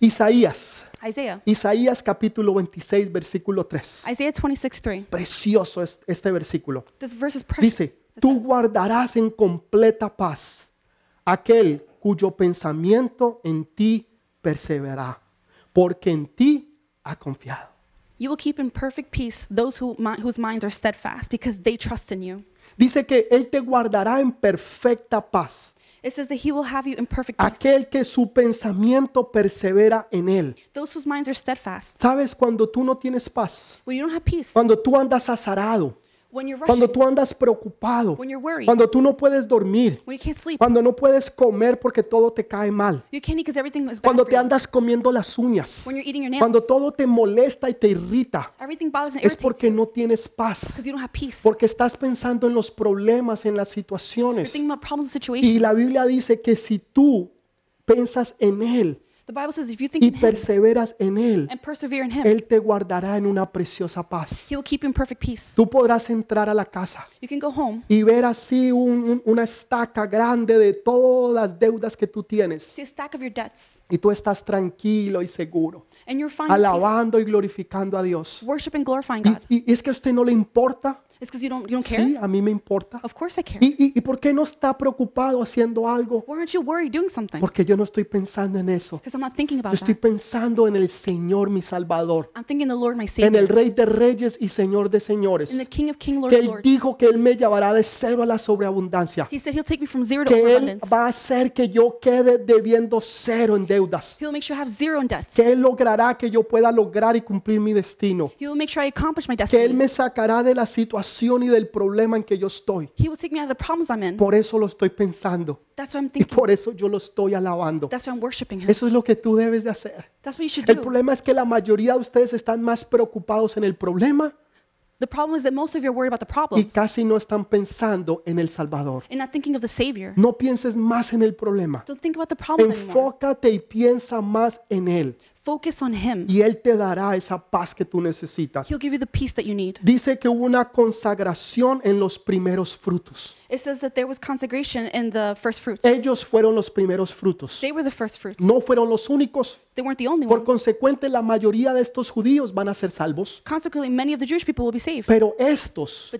Speaker 1: Isaías,
Speaker 2: Isaiah.
Speaker 1: Isaías capítulo 26, versículo 3.
Speaker 2: Isaiah 26, 3.
Speaker 1: Precioso es este versículo.
Speaker 2: This verse is precious.
Speaker 1: Dice,
Speaker 2: It
Speaker 1: tú
Speaker 2: says,
Speaker 1: guardarás en completa paz aquel cuyo pensamiento en ti perseverará, porque en ti ha confiado.
Speaker 2: you will keep in perfect peace those who, mi- whose minds are steadfast because they trust in you.
Speaker 1: Dice que Él te guardará en perfecta paz,
Speaker 2: It says that he will have you in perfect peace.
Speaker 1: aquel que su pensamiento persevera en Él.
Speaker 2: Those whose minds are steadfast.
Speaker 1: Sabes, cuando tú no tienes paz,
Speaker 2: When you don't have peace,
Speaker 1: cuando tú andas azarado,
Speaker 2: when you're rushing,
Speaker 1: cuando tú andas preocupado,
Speaker 2: when you're worried,
Speaker 1: cuando tú no puedes dormir,
Speaker 2: when you can't sleep,
Speaker 1: cuando no puedes comer porque todo te cae mal,
Speaker 2: you can't eat because everything is bad
Speaker 1: cuando
Speaker 2: for
Speaker 1: te
Speaker 2: you.
Speaker 1: andas comiendo las uñas,
Speaker 2: When you're eating your nails,
Speaker 1: Cuando todo te molesta y te irrita,
Speaker 2: everything bothers and
Speaker 1: es
Speaker 2: irritates
Speaker 1: porque no tienes paz,
Speaker 2: because you don't have peace.
Speaker 1: porque estás pensando en los problemas, en las
Speaker 2: You're
Speaker 1: situaciones.
Speaker 2: thinking about problems and situations.
Speaker 1: Y la Biblia dice que si tú piensas en Él,
Speaker 2: The Bible says, if you think
Speaker 1: y
Speaker 2: in Him
Speaker 1: perseveras en Él,
Speaker 2: and persevere in Him,
Speaker 1: Él te guardará en una preciosa paz.
Speaker 2: He will keep you in perfect peace.
Speaker 1: Tú podrás entrar a la casa
Speaker 2: You can go home,
Speaker 1: y ver así un- un- una estaca grande de todas las deudas que tú tienes.
Speaker 2: see a stack of your debts,
Speaker 1: Y tú estás tranquilo y seguro,
Speaker 2: and you're fine. with
Speaker 1: alabando y glorificando a Dios.
Speaker 2: peace. Worship and glorifying
Speaker 1: Y,
Speaker 2: God.
Speaker 1: y- y es que a usted no le importa.
Speaker 2: It's because you don't, you don't care.
Speaker 1: Sí, a mí me importa.
Speaker 2: Of course I care.
Speaker 1: ¿Y, y, y por qué no está preocupado haciendo algo?
Speaker 2: Why aren't you worried doing something?
Speaker 1: Porque yo no estoy pensando en eso.
Speaker 2: Because I'm not thinking
Speaker 1: Yo
Speaker 2: about
Speaker 1: estoy
Speaker 2: that.
Speaker 1: pensando en el Señor, mi Salvador,
Speaker 2: I'm thinking the Lord, my
Speaker 1: en el
Speaker 2: Savior,
Speaker 1: Rey de Reyes y Señor de
Speaker 2: in the
Speaker 1: Señores.
Speaker 2: King of King, Lord
Speaker 1: Que
Speaker 2: of
Speaker 1: Él
Speaker 2: Lords.
Speaker 1: dijo que Él me llevará de cero a la sobreabundancia.
Speaker 2: He said He'll take me from zero to
Speaker 1: Que Él
Speaker 2: overabundance.
Speaker 1: va a hacer que yo quede debiendo cero en deudas.
Speaker 2: He'll make sure I have zero in debts.
Speaker 1: Que Él logrará que yo pueda lograr y cumplir mi destino.
Speaker 2: He will make sure I accomplish my
Speaker 1: Que Él
Speaker 2: destiny.
Speaker 1: me sacará de la situación y del problema en que yo estoy.
Speaker 2: He will take me out of the problems I'm in.
Speaker 1: Por eso lo estoy pensando.
Speaker 2: That's what I'm
Speaker 1: Y
Speaker 2: thinking.
Speaker 1: por eso yo lo estoy alabando.
Speaker 2: That's why I'm worshiping Him.
Speaker 1: Eso es lo que tú debes de hacer.
Speaker 2: That's what you should
Speaker 1: El
Speaker 2: do.
Speaker 1: problema es que la mayoría de ustedes están más preocupados en el problema
Speaker 2: The problem is that most of you are worried about the
Speaker 1: y
Speaker 2: problems
Speaker 1: casi no están pensando en el Salvador.
Speaker 2: and not thinking of the Savior.
Speaker 1: No pienses más en el problema.
Speaker 2: Don't think about the problems anymore.
Speaker 1: Enfócate y piensa más en Él
Speaker 2: Focus on Him.
Speaker 1: y Él te dará esa paz que tú necesitas.
Speaker 2: He'll give you the peace that you need.
Speaker 1: Dice que hubo una consagración en los primeros frutos.
Speaker 2: It says that there was consecration in the first fruits.
Speaker 1: Ellos fueron los primeros frutos.
Speaker 2: They were the first fruits.
Speaker 1: No fueron los únicos.
Speaker 2: They weren't the only
Speaker 1: Por
Speaker 2: ones.
Speaker 1: consecuente, la mayoría de estos judíos van a ser salvos.
Speaker 2: Consequently, many of the Jewish people will be saved.
Speaker 1: Pero estos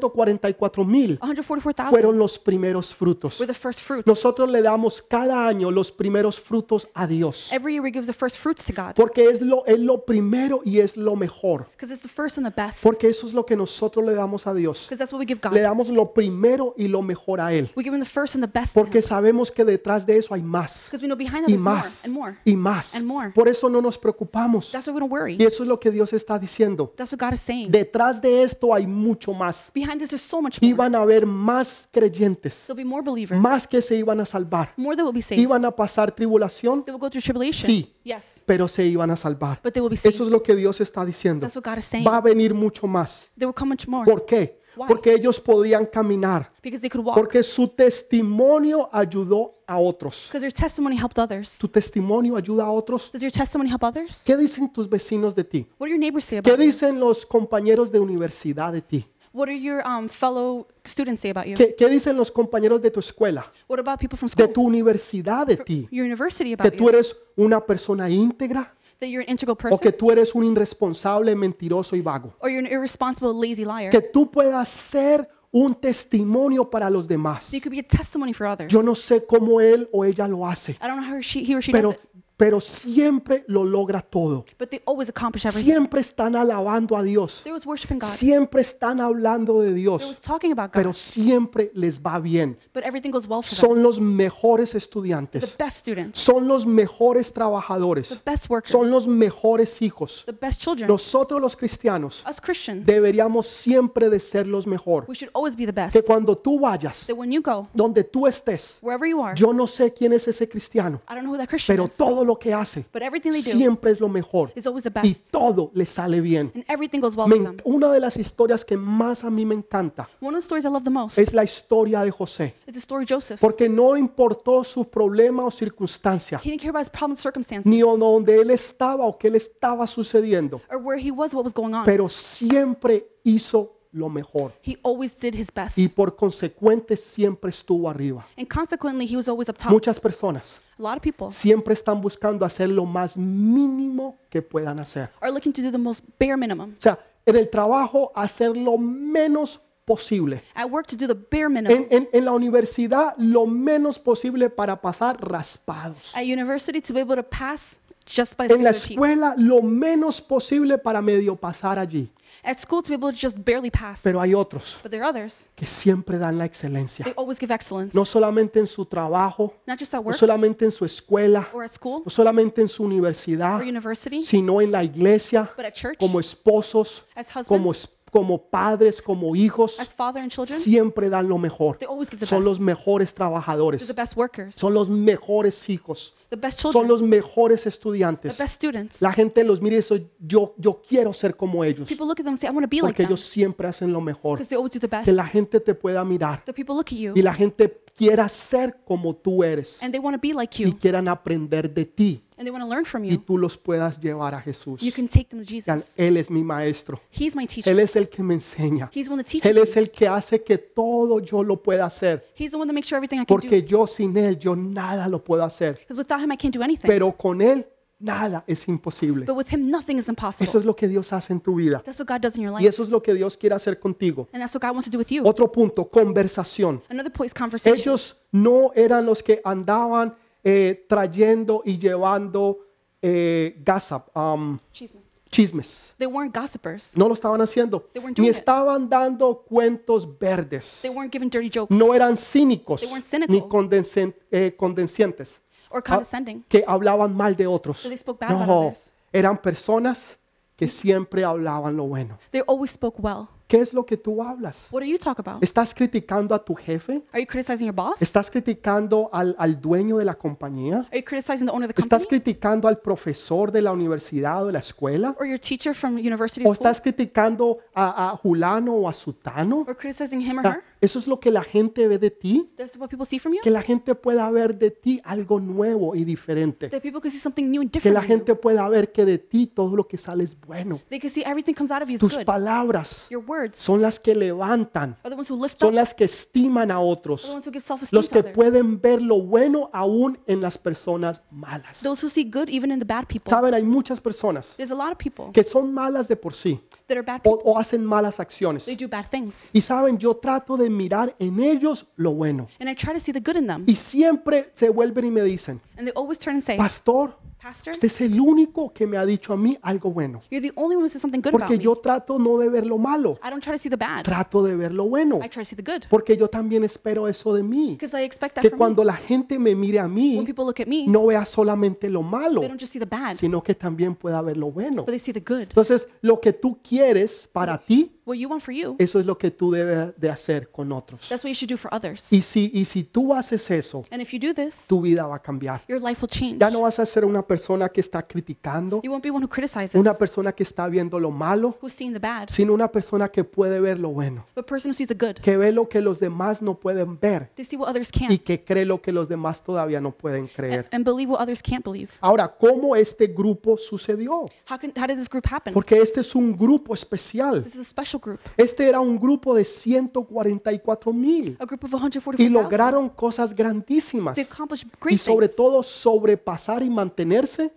Speaker 1: 144 mil
Speaker 2: Ah, 144,000
Speaker 1: fueron los primeros frutos.
Speaker 2: were the first fruits.
Speaker 1: Nosotros le damos cada año los primeros frutos a Dios,
Speaker 2: Every year we give the first fruits to God
Speaker 1: porque es lo, es lo primero y es lo mejor,
Speaker 2: because it's the first and the best.
Speaker 1: porque eso es lo que nosotros le damos a Dios.
Speaker 2: Because that's what we give
Speaker 1: Le
Speaker 2: God.
Speaker 1: damos lo primero y lo mejor a Él,
Speaker 2: We give Him the first and the best. to Him.
Speaker 1: porque sabemos que detrás de eso hay más
Speaker 2: Because we know behind that
Speaker 1: y
Speaker 2: there's more
Speaker 1: más
Speaker 2: and more.
Speaker 1: y más.
Speaker 2: and more.
Speaker 1: Por eso no nos preocupamos.
Speaker 2: That's why we don't worry.
Speaker 1: Y eso es lo que Dios está diciendo.
Speaker 2: That's what God is saying.
Speaker 1: Detrás de esto hay mucho más.
Speaker 2: behind this, there's so much more.
Speaker 1: Iban a haber más creyentes,
Speaker 2: There'll be more believers.
Speaker 1: más que se iban a salvar.
Speaker 2: more that will be saved.
Speaker 1: Iban a pasar tribulación,
Speaker 2: they will go through tribulation.
Speaker 1: Sí.
Speaker 2: Yes.
Speaker 1: pero se iban a salvar.
Speaker 2: But they will be saved.
Speaker 1: Eso es lo que Dios está diciendo.
Speaker 2: That's what God is saying.
Speaker 1: Va a venir mucho más.
Speaker 2: There will come much more.
Speaker 1: ¿Por qué?
Speaker 2: Why?
Speaker 1: Porque ellos podían caminar.
Speaker 2: because they could walk.
Speaker 1: Porque su testimonio ayudó a otros.
Speaker 2: Because their testimony helped others.
Speaker 1: ¿Tu testimonio ayuda a otros?
Speaker 2: Does your testimony help others?
Speaker 1: ¿Qué dicen tus vecinos de ti?
Speaker 2: What do your neighbors say
Speaker 1: ¿Qué
Speaker 2: about you?
Speaker 1: dicen los compañeros de universidad de ti?
Speaker 2: What do your um, fellow students say about you?
Speaker 1: ¿Qué, qué dicen los compañeros de tu escuela?
Speaker 2: What about people from
Speaker 1: ¿De
Speaker 2: school?
Speaker 1: tu universidad de ti?
Speaker 2: Your university
Speaker 1: ¿Que
Speaker 2: about
Speaker 1: tú
Speaker 2: you?
Speaker 1: eres una persona íntegra?
Speaker 2: That you're an integral
Speaker 1: ¿O que
Speaker 2: person?
Speaker 1: tú eres un irresponsable, mentiroso y vago?
Speaker 2: Or you're an irresponsible, lazy liar?
Speaker 1: Que tú puedas ser un testimonio para los demás.
Speaker 2: You could be a testimony for others.
Speaker 1: Yo no sé cómo él o ella lo hace,
Speaker 2: I don't know how she, he or she does
Speaker 1: pero,
Speaker 2: it,
Speaker 1: pero siempre lo logra todo.
Speaker 2: but they always accomplish everything.
Speaker 1: Siempre están alabando a Dios.
Speaker 2: There was worshiping God.
Speaker 1: Siempre están hablando de
Speaker 2: There was
Speaker 1: Dios,
Speaker 2: talking about God,
Speaker 1: pero siempre les va bien.
Speaker 2: but everything goes well for them.
Speaker 1: Son los mejores
Speaker 2: The
Speaker 1: estudiantes.
Speaker 2: best students,
Speaker 1: Son los mejores trabajadores.
Speaker 2: best workers,
Speaker 1: Son los mejores hijos.
Speaker 2: the best children.
Speaker 1: Nosotros los cristianos
Speaker 2: Us Christians,
Speaker 1: deberíamos siempre de ser los mejor.
Speaker 2: we should always be the best.
Speaker 1: Que cuando tú vayas,
Speaker 2: That when you go,
Speaker 1: donde tú estés,
Speaker 2: wherever you are,
Speaker 1: yo no sé quién es ese cristiano,
Speaker 2: I don't know who that Christian
Speaker 1: pero
Speaker 2: is,
Speaker 1: todo lo que hace
Speaker 2: but everything they do
Speaker 1: siempre es lo mejor
Speaker 2: is always the
Speaker 1: y
Speaker 2: best,
Speaker 1: todo le sale bien.
Speaker 2: and everything goes well
Speaker 1: Me
Speaker 2: for
Speaker 1: en-
Speaker 2: them.
Speaker 1: una de las historias que más a mí me encanta
Speaker 2: One of the stories I love the most
Speaker 1: es la historia de José,
Speaker 2: is the story of Joseph.
Speaker 1: porque no importó su problema o circunstancia,
Speaker 2: He didn't care about his problems, circumstances,
Speaker 1: ni o- donde él estaba o qué le estaba sucediendo,
Speaker 2: or where he was, what was going on.
Speaker 1: pero siempre hizo lo mejor
Speaker 2: He always did his best,
Speaker 1: y por consecuente siempre estuvo arriba.
Speaker 2: and consequently, he was always up top.
Speaker 1: Muchas personas
Speaker 2: A lot of people
Speaker 1: siempre están buscando hacer lo más mínimo que puedan hacer.
Speaker 2: are looking to do the most bare minimum
Speaker 1: O sea, en el trabajo hacer lo menos posible.
Speaker 2: at work to do the bare minimum.
Speaker 1: En, en- en la universidad lo menos posible para pasar raspados.
Speaker 2: at university to be able to pass just by
Speaker 1: En la
Speaker 2: skin of their teeth.
Speaker 1: escuela lo menos posible para medio pasar allí.
Speaker 2: At school to be able to just barely pass.
Speaker 1: Pero hay otros
Speaker 2: but there are others.
Speaker 1: que siempre dan la
Speaker 2: They
Speaker 1: excelencia.
Speaker 2: always give excellence.
Speaker 1: No solamente en su trabajo,
Speaker 2: Not just at
Speaker 1: no
Speaker 2: work
Speaker 1: solamente en su escuela,
Speaker 2: or at school
Speaker 1: no solamente en su
Speaker 2: or
Speaker 1: universidad,
Speaker 2: university,
Speaker 1: sino en la iglesia,
Speaker 2: but at church,
Speaker 1: como esposos,
Speaker 2: as husbands,
Speaker 1: como, es- como padres, como hijos,
Speaker 2: as father and children.
Speaker 1: siempre dan lo mejor.
Speaker 2: They always give the
Speaker 1: Son los
Speaker 2: best.
Speaker 1: mejores
Speaker 2: They're
Speaker 1: trabajadores,
Speaker 2: the best workers,
Speaker 1: son los mejores hijos,
Speaker 2: the best
Speaker 1: son
Speaker 2: children,
Speaker 1: los mejores
Speaker 2: the
Speaker 1: estudiantes.
Speaker 2: best students.
Speaker 1: La gente los mira y dice, yo, yo quiero ser como ellos,
Speaker 2: People look at them and say, I want to be like
Speaker 1: porque
Speaker 2: them
Speaker 1: ellos siempre hacen lo mejor.
Speaker 2: because they always do the best.
Speaker 1: Que la gente te pueda mirar
Speaker 2: The people look at you
Speaker 1: y la gente quieran ser como tú eres
Speaker 2: and they want to be like
Speaker 1: y
Speaker 2: you
Speaker 1: quieran aprender de ti
Speaker 2: and they want to learn from
Speaker 1: y
Speaker 2: you.
Speaker 1: tú los puedas llevar a Jesús.
Speaker 2: You can take them to
Speaker 1: Digan,
Speaker 2: Jesus.
Speaker 1: Él es mi maestro,
Speaker 2: He's my teacher.
Speaker 1: Él es el que me enseña,
Speaker 2: He's the one that teaches
Speaker 1: Él
Speaker 2: me.
Speaker 1: es el que hace que todo yo lo pueda hacer,
Speaker 2: He's the one that makes sure everything I can do.
Speaker 1: porque yo sin Él yo nada lo puedo hacer,
Speaker 2: Because without him, I can't do anything.
Speaker 1: pero con Él nada es imposible.
Speaker 2: But with him, nothing is
Speaker 1: Eso
Speaker 2: impossible.
Speaker 1: es lo que Dios hace en tu vida
Speaker 2: That's what God does in your
Speaker 1: y
Speaker 2: life.
Speaker 1: eso es lo que Dios quiere hacer contigo.
Speaker 2: And that's what God wants to do with you.
Speaker 1: Otro punto, conversación.
Speaker 2: Another point is conversation.
Speaker 1: Ellos no eran los que andaban eh, trayendo y llevando eh, gossip, um,
Speaker 2: Excuse me.
Speaker 1: chismes.
Speaker 2: They weren't gossipers.
Speaker 1: No lo estaban haciendo.
Speaker 2: They weren't
Speaker 1: Ni
Speaker 2: doing it.
Speaker 1: estaban dando cuentos verdes.
Speaker 2: They weren't given dirty jokes
Speaker 1: No eran cínicos
Speaker 2: They weren't cynical.
Speaker 1: ni condescen- eh, condescientes Ah,
Speaker 2: or condescending.
Speaker 1: que hablaban mal de otros.
Speaker 2: But they spoke bad about
Speaker 1: No,
Speaker 2: others.
Speaker 1: eran personas que siempre hablaban lo bueno.
Speaker 2: They always spoke well.
Speaker 1: ¿Qué es lo que tú hablas?
Speaker 2: What do you talk about?
Speaker 1: ¿Estás criticando a tu jefe?
Speaker 2: Are you criticizing your boss?
Speaker 1: ¿Estás criticando al, al dueño de la compañía?
Speaker 2: Are you criticizing the owner of the
Speaker 1: ¿Estás
Speaker 2: company?
Speaker 1: criticando al profesor de la universidad o de la escuela?
Speaker 2: Or your teacher from university
Speaker 1: ¿O
Speaker 2: or school?
Speaker 1: estás criticando a, a Julano o a Sutano?
Speaker 2: Or criticizing him or
Speaker 1: O sea,
Speaker 2: her?
Speaker 1: Eso es lo que la gente ve de ti.
Speaker 2: That's what people see from you?
Speaker 1: Ah. Que la gente pueda ver de ti algo nuevo y diferente.
Speaker 2: That people can see something new and
Speaker 1: Que
Speaker 2: different
Speaker 1: la
Speaker 2: in you.
Speaker 1: gente pueda ver que de ti todo lo que sale es bueno.
Speaker 2: They can see everything comes out of you is
Speaker 1: Tus
Speaker 2: good.
Speaker 1: palabras
Speaker 2: Your words
Speaker 1: son las que levantan,
Speaker 2: are the ones who lift up,
Speaker 1: son
Speaker 2: are
Speaker 1: las que estiman a
Speaker 2: the
Speaker 1: otros,
Speaker 2: ones who give self-esteem
Speaker 1: los
Speaker 2: to
Speaker 1: que
Speaker 2: others.
Speaker 1: pueden ver lo bueno aún en las personas malas.
Speaker 2: Those who see good even in the bad people.
Speaker 1: Saben, hay muchas personas
Speaker 2: There's a lot of people
Speaker 1: que son malas de por sí
Speaker 2: that are bad
Speaker 1: o,
Speaker 2: people.
Speaker 1: o hacen malas acciones.
Speaker 2: They do bad things.
Speaker 1: Y saben, yo trato de mirar en ellos lo bueno.
Speaker 2: And I try to see the good in them.
Speaker 1: Y siempre se vuelven y me dicen,
Speaker 2: And they always turn and say,
Speaker 1: pastor,
Speaker 2: Pastor,
Speaker 1: usted es el único que me ha dicho a mí algo bueno.
Speaker 2: you're the only one who says something good about
Speaker 1: Porque
Speaker 2: me.
Speaker 1: yo trato no de ver lo malo,
Speaker 2: I don't try to see the bad.
Speaker 1: trato de ver lo bueno.
Speaker 2: I try to see the good.
Speaker 1: Porque yo también espero eso de mí.
Speaker 2: Because I expect that
Speaker 1: Que
Speaker 2: from you.
Speaker 1: cuando la gente me mire a
Speaker 2: When
Speaker 1: mí,
Speaker 2: people look at me,
Speaker 1: no vea solamente lo malo,
Speaker 2: they don't just see the bad,
Speaker 1: sino que también pueda ver lo bueno.
Speaker 2: but they see the good.
Speaker 1: Entonces, lo que tú quieres para ti,
Speaker 2: What you want for you,
Speaker 1: Eso es lo que tú debes de hacer con otros.
Speaker 2: that's what you should do for others.
Speaker 1: Y si, y si tú haces eso,
Speaker 2: And if you do this,
Speaker 1: tu vida va a cambiar.
Speaker 2: your life will change.
Speaker 1: Ya no vas a ser una persona que está criticando,
Speaker 2: You won't be one who criticizes,
Speaker 1: una persona que está viendo lo malo,
Speaker 2: who's seeing the bad,
Speaker 1: sino una persona que puede ver lo bueno,
Speaker 2: but person who sees the good.
Speaker 1: que ve lo que los demás no pueden ver
Speaker 2: They see what others
Speaker 1: y
Speaker 2: can't
Speaker 1: que cree lo que los demás todavía no pueden
Speaker 2: and,
Speaker 1: creer.
Speaker 2: and believe what others can't believe.
Speaker 1: Ahora, ¿cómo este grupo sucedió?
Speaker 2: How, can, how did this group happen?
Speaker 1: Porque este es un grupo especial.
Speaker 2: This is a special group,
Speaker 1: Este era un grupo de 144 mil
Speaker 2: a group of
Speaker 1: y
Speaker 2: 144,000.
Speaker 1: lograron cosas grandísimas.
Speaker 2: They accomplished
Speaker 1: y
Speaker 2: great
Speaker 1: sobre
Speaker 2: things.
Speaker 1: todo sobrepasar y mantenerse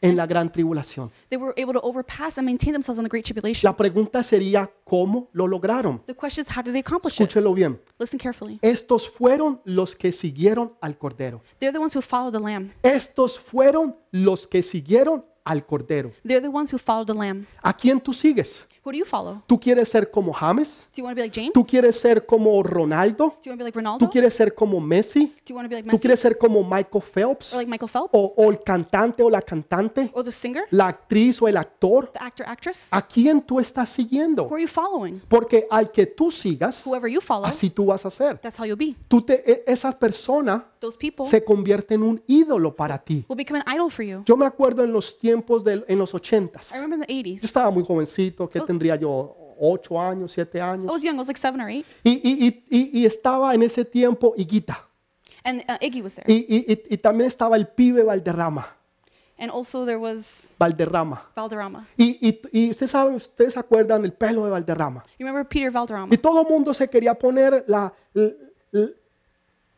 Speaker 1: en la gran tribulación.
Speaker 2: They were able to overpass and maintain themselves on the Great Tribulation.
Speaker 1: La pregunta sería, ¿cómo lo lograron?
Speaker 2: The question is, how did they accomplish it?
Speaker 1: Escúchelo bien.
Speaker 2: Listen carefully.
Speaker 1: Estos fueron los que siguieron al Cordero.
Speaker 2: They're the ones who followed the Lamb.
Speaker 1: Estos fueron los que siguieron al Cordero.
Speaker 2: They're the ones who followed the Lamb.
Speaker 1: ¿A quién tú sigues?
Speaker 2: Who do you follow?
Speaker 1: ¿Tú quieres ser como James?
Speaker 2: Do you want to be like James?
Speaker 1: ¿Tú quieres ser como Ronaldo?
Speaker 2: Do you want to be like
Speaker 1: ¿Tú
Speaker 2: Ronaldo?
Speaker 1: quieres ser como Messi?
Speaker 2: Do you want to be
Speaker 1: ¿Tú
Speaker 2: like Messi
Speaker 1: quieres ser como Michael Phelps?
Speaker 2: or like Michael Phelps
Speaker 1: ¿O, o el cantante o la cantante?
Speaker 2: or the singer,
Speaker 1: ¿La actriz o el actor?
Speaker 2: the actor, actress?
Speaker 1: ¿A quién tú estás siguiendo?
Speaker 2: Who are you following?
Speaker 1: Porque al que tú sigas,
Speaker 2: Whoever you follow,
Speaker 1: así tú vas a ser.
Speaker 2: that's how you'll be.
Speaker 1: Tú te, e- esa persona
Speaker 2: Those people
Speaker 1: se convierte en un ídolo para ti.
Speaker 2: will become an idol for you.
Speaker 1: Yo me acuerdo en los tiempos de en los ochentas.
Speaker 2: I
Speaker 1: Yo
Speaker 2: remember Oh. in the 80s.
Speaker 1: estaba muy jovencito, que tendría yo ocho años, siete
Speaker 2: I
Speaker 1: años.
Speaker 2: was young. I was like seven or eight,
Speaker 1: Y, y- y- y- y estaba en ese tiempo Higuita.
Speaker 2: and uh, Iggy was there.
Speaker 1: Y, y- y- y también estaba el pibe Valderrama.
Speaker 2: And also there was
Speaker 1: Valderrama.
Speaker 2: Valderrama.
Speaker 1: Y, y, y ustedes saben, ustedes se acuerdan el pelo de Valderrama.
Speaker 2: You remember Peter Valderrama?
Speaker 1: Y todo el mundo se quería poner la, l- l-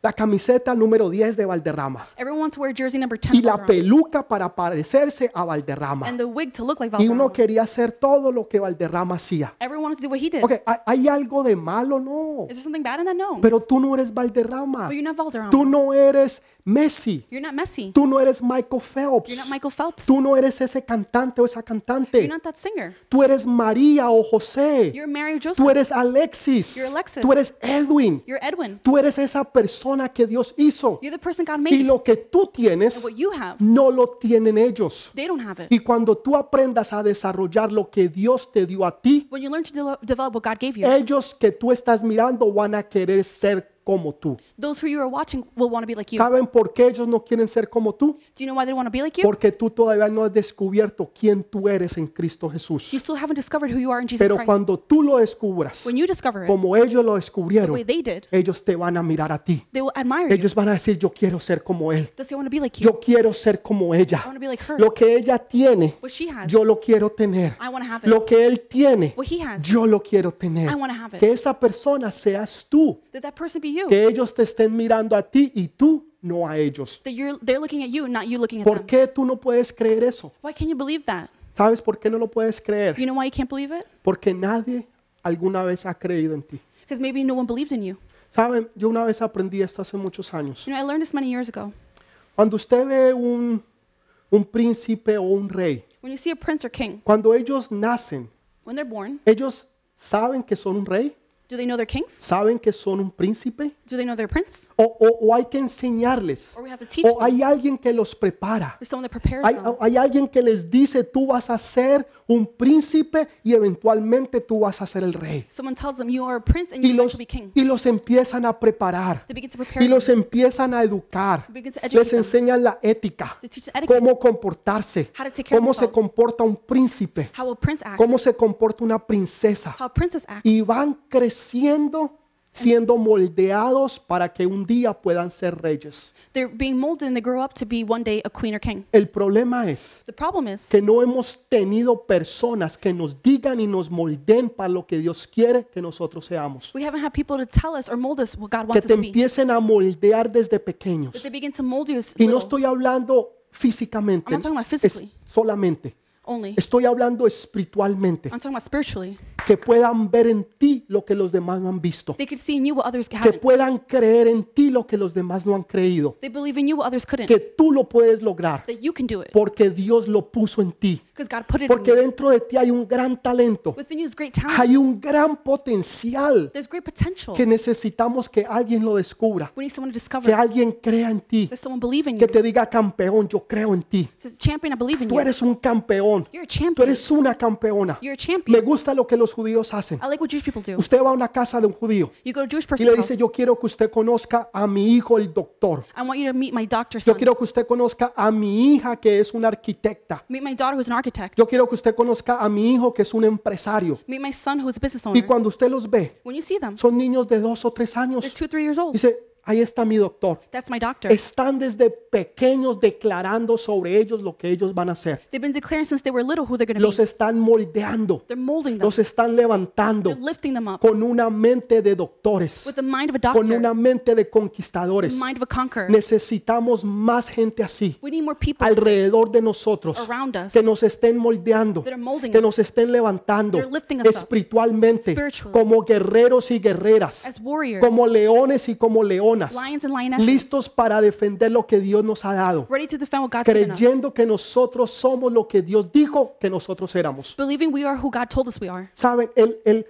Speaker 1: la camiseta número 10 de Valderrama
Speaker 2: Everyone wants to wear jersey number 10
Speaker 1: y la
Speaker 2: Valderrama,
Speaker 1: peluca para parecerse a Valderrama.
Speaker 2: and the wig to look like
Speaker 1: Y uno
Speaker 2: Valderrama.
Speaker 1: quería hacer todo lo que Valderrama hacía.
Speaker 2: Everyone wants to do what he did.
Speaker 1: Ok, ¿hay- ¿hay algo de malo? No.
Speaker 2: Is there something bad in that? No.
Speaker 1: Pero tú no eres Valderrama.
Speaker 2: But you're not Valderrama.
Speaker 1: Tú no eres Messi.
Speaker 2: You're not Messi.
Speaker 1: Tú no eres Michael
Speaker 2: You're
Speaker 1: Phelps.
Speaker 2: not Michael Phelps.
Speaker 1: Tú no eres ese cantante o esa
Speaker 2: You're
Speaker 1: cantante.
Speaker 2: not that singer.
Speaker 1: Tú eres María o José.
Speaker 2: You're Mary
Speaker 1: Tú
Speaker 2: Joseph.
Speaker 1: eres Alexis.
Speaker 2: You're Alexis.
Speaker 1: Tú eres Edwin.
Speaker 2: You're Edwin.
Speaker 1: Tú eres esa persona que Dios hizo.
Speaker 2: You're the person God
Speaker 1: Y
Speaker 2: made.
Speaker 1: lo que tú tienes,
Speaker 2: What you have,
Speaker 1: no lo tienen ellos.
Speaker 2: they don't have it.
Speaker 1: Y cuando tú aprendas a desarrollar lo que Dios te dio a ti,
Speaker 2: When you learn to de- develop what God gave you,
Speaker 1: ellos que tú estás mirando van a querer ser como tú.
Speaker 2: Those who you are watching will want to be like you.
Speaker 1: ¿Saben por qué ellos no quieren ser como tú?
Speaker 2: Do you know why they want to be like you?
Speaker 1: Porque tú todavía no has descubierto quién tú eres en Cristo
Speaker 2: You
Speaker 1: Jesús.
Speaker 2: still haven't discovered who you are in Jesus
Speaker 1: Pero
Speaker 2: Christ.
Speaker 1: cuando tú lo descubras,
Speaker 2: When you discover it,
Speaker 1: como ellos lo
Speaker 2: the way
Speaker 1: descubrieron,
Speaker 2: they did,
Speaker 1: ellos te van a mirar a ti.
Speaker 2: they will admire you.
Speaker 1: Ellos van a decir, yo quiero ser como él.
Speaker 2: They say, I want to be like you.
Speaker 1: Yo quiero ser como
Speaker 2: I
Speaker 1: ella.
Speaker 2: want to be like her.
Speaker 1: Lo que ella tiene,
Speaker 2: What she has,
Speaker 1: yo lo quiero tener.
Speaker 2: I want to have it.
Speaker 1: Lo que él tiene,
Speaker 2: What he has,
Speaker 1: yo lo quiero tener.
Speaker 2: I want to have it.
Speaker 1: Que esa persona seas tú.
Speaker 2: That that person be you.
Speaker 1: Que ellos te estén mirando a ti y tú no a ellos.
Speaker 2: That you're, they're looking at you and not you looking at
Speaker 1: ¿Por
Speaker 2: them.
Speaker 1: qué tú no puedes creer eso?
Speaker 2: Why can't you believe that?
Speaker 1: ¿Sabes por qué no lo puedes creer?
Speaker 2: You know why you can't believe it?
Speaker 1: Porque nadie alguna vez ha creído en ti.
Speaker 2: Because maybe no one believes in you.
Speaker 1: Saben, yo una vez aprendí esto hace muchos años.
Speaker 2: You know, I learned this many years ago.
Speaker 1: Cuando usted ve un, un príncipe o un rey,
Speaker 2: When you see a prince or king,
Speaker 1: cuando ellos nacen,
Speaker 2: when they're born,
Speaker 1: ellos saben que son un rey,
Speaker 2: do they know they're kings?
Speaker 1: saben que son un príncipe,
Speaker 2: Do they know they're a prince?
Speaker 1: o, o- o hay que enseñarles,
Speaker 2: Or we have to teach
Speaker 1: o
Speaker 2: them?
Speaker 1: hay alguien que los prepara.
Speaker 2: There's someone that prepares
Speaker 1: Hay,
Speaker 2: them.
Speaker 1: hay alguien que les dice, tú vas a ser un príncipe y eventualmente tú vas a ser el rey.
Speaker 2: Someone tells them you are a prince and
Speaker 1: Y
Speaker 2: you will
Speaker 1: los,
Speaker 2: actually be king.
Speaker 1: y los empiezan a preparar.
Speaker 2: They begin to prepare
Speaker 1: y
Speaker 2: them.
Speaker 1: los empiezan a educar.
Speaker 2: Begin to educate
Speaker 1: Les
Speaker 2: them.
Speaker 1: enseñan la ética,
Speaker 2: They teach them etiquette,
Speaker 1: cómo comportarse,
Speaker 2: How to take care of
Speaker 1: cómo se
Speaker 2: themselves.
Speaker 1: comporta un príncipe,
Speaker 2: how a prince acts,
Speaker 1: cómo se comporta una princesa.
Speaker 2: how a princess acts.
Speaker 1: Y van creciendo, siendo moldeados para que un día puedan ser reyes.
Speaker 2: They're being molded and they grow up to be one day a queen or king.
Speaker 1: El problema es
Speaker 2: The problem is
Speaker 1: que no hemos tenido personas que nos digan y nos molden para lo que Dios quiere que nosotros seamos.
Speaker 2: we haven't had people to tell us or mold us what God
Speaker 1: Que
Speaker 2: wants
Speaker 1: te
Speaker 2: us to be.
Speaker 1: empiecen a moldear desde pequeños.
Speaker 2: That they begin to mold you as
Speaker 1: Y no
Speaker 2: little
Speaker 1: estoy hablando físicamente,
Speaker 2: I'm not talking about
Speaker 1: es-
Speaker 2: physically.
Speaker 1: solamente.
Speaker 2: only.
Speaker 1: Estoy hablando espiritualmente.
Speaker 2: I'm talking about spiritually.
Speaker 1: Que puedan ver en ti lo que los demás no han visto.
Speaker 2: They could see in you what others
Speaker 1: Que
Speaker 2: haven't.
Speaker 1: puedan creer en ti lo que los demás no han creído.
Speaker 2: They believe in you what others couldn't.
Speaker 1: Que tú lo puedes lograr
Speaker 2: That you can do it
Speaker 1: porque Dios lo puso en ti.
Speaker 2: because God put it in
Speaker 1: Porque
Speaker 2: you.
Speaker 1: dentro de ti hay un gran talento.
Speaker 2: Within you is great talent.
Speaker 1: Hay un gran potencial
Speaker 2: There's great potential.
Speaker 1: que necesitamos que alguien lo descubra.
Speaker 2: We need someone to
Speaker 1: Que
Speaker 2: discover.
Speaker 1: alguien crea en ti.
Speaker 2: That someone believe in you.
Speaker 1: Que te diga campeón, yo creo en ti.
Speaker 2: Says, champion, I believe in
Speaker 1: Tú
Speaker 2: you.
Speaker 1: eres un campeón.
Speaker 2: You're a
Speaker 1: Tú
Speaker 2: champion.
Speaker 1: eres una campeona.
Speaker 2: You're a
Speaker 1: Me
Speaker 2: champion.
Speaker 1: gusta lo que los judíos hacen.
Speaker 2: I like what Jewish people do.
Speaker 1: Usted va a una casa de un judío
Speaker 2: You go to Jewish
Speaker 1: y le
Speaker 2: person's
Speaker 1: dice,
Speaker 2: house.
Speaker 1: yo quiero que usted conozca a mi hijo el doctor.
Speaker 2: I want you to meet my doctor
Speaker 1: Yo
Speaker 2: son.
Speaker 1: quiero que usted conozca a mi hija que es una arquitecta.
Speaker 2: Meet my daughter who's an architect.
Speaker 1: Yo quiero que usted conozca a mi hijo que es un empresario.
Speaker 2: Meet my son who's a business
Speaker 1: Y
Speaker 2: owner.
Speaker 1: cuando usted los ve,
Speaker 2: When you see them,
Speaker 1: son niños de dos o tres
Speaker 2: they're
Speaker 1: años.
Speaker 2: two, three years old.
Speaker 1: Dice, ahí está mi doctor.
Speaker 2: That's my doctor.
Speaker 1: Están desde pequeños declarando sobre ellos lo que ellos van a hacer.
Speaker 2: They've been declaring since they were little who they're going to
Speaker 1: Los
Speaker 2: be.
Speaker 1: están moldeando.
Speaker 2: They're molding them.
Speaker 1: Los están
Speaker 2: They're
Speaker 1: levantando
Speaker 2: lifting them up
Speaker 1: con una mente de doctores.
Speaker 2: with the mind of a
Speaker 1: con
Speaker 2: doctor,
Speaker 1: una mente de
Speaker 2: the
Speaker 1: conquistadores.
Speaker 2: mind of a conqueror.
Speaker 1: Necesitamos más gente así
Speaker 2: We need more people like this
Speaker 1: alrededor de nosotros
Speaker 2: around us
Speaker 1: que nos estén moldeando,
Speaker 2: that are molding
Speaker 1: que nos
Speaker 2: us
Speaker 1: estén levantando
Speaker 2: They're lifting us up.
Speaker 1: espiritualmente
Speaker 2: Spiritually.
Speaker 1: como guerreros y guerreras,
Speaker 2: as warriors,
Speaker 1: como leones y como leonas,
Speaker 2: lions and lionesses,
Speaker 1: listos para defender lo que Dios nos ha dado,
Speaker 2: ready to defend what God's given us,
Speaker 1: creyendo que nosotros somos lo que Dios dijo que nosotros éramos.
Speaker 2: believing we are who God told us we are.
Speaker 1: ¿Saben? El, el,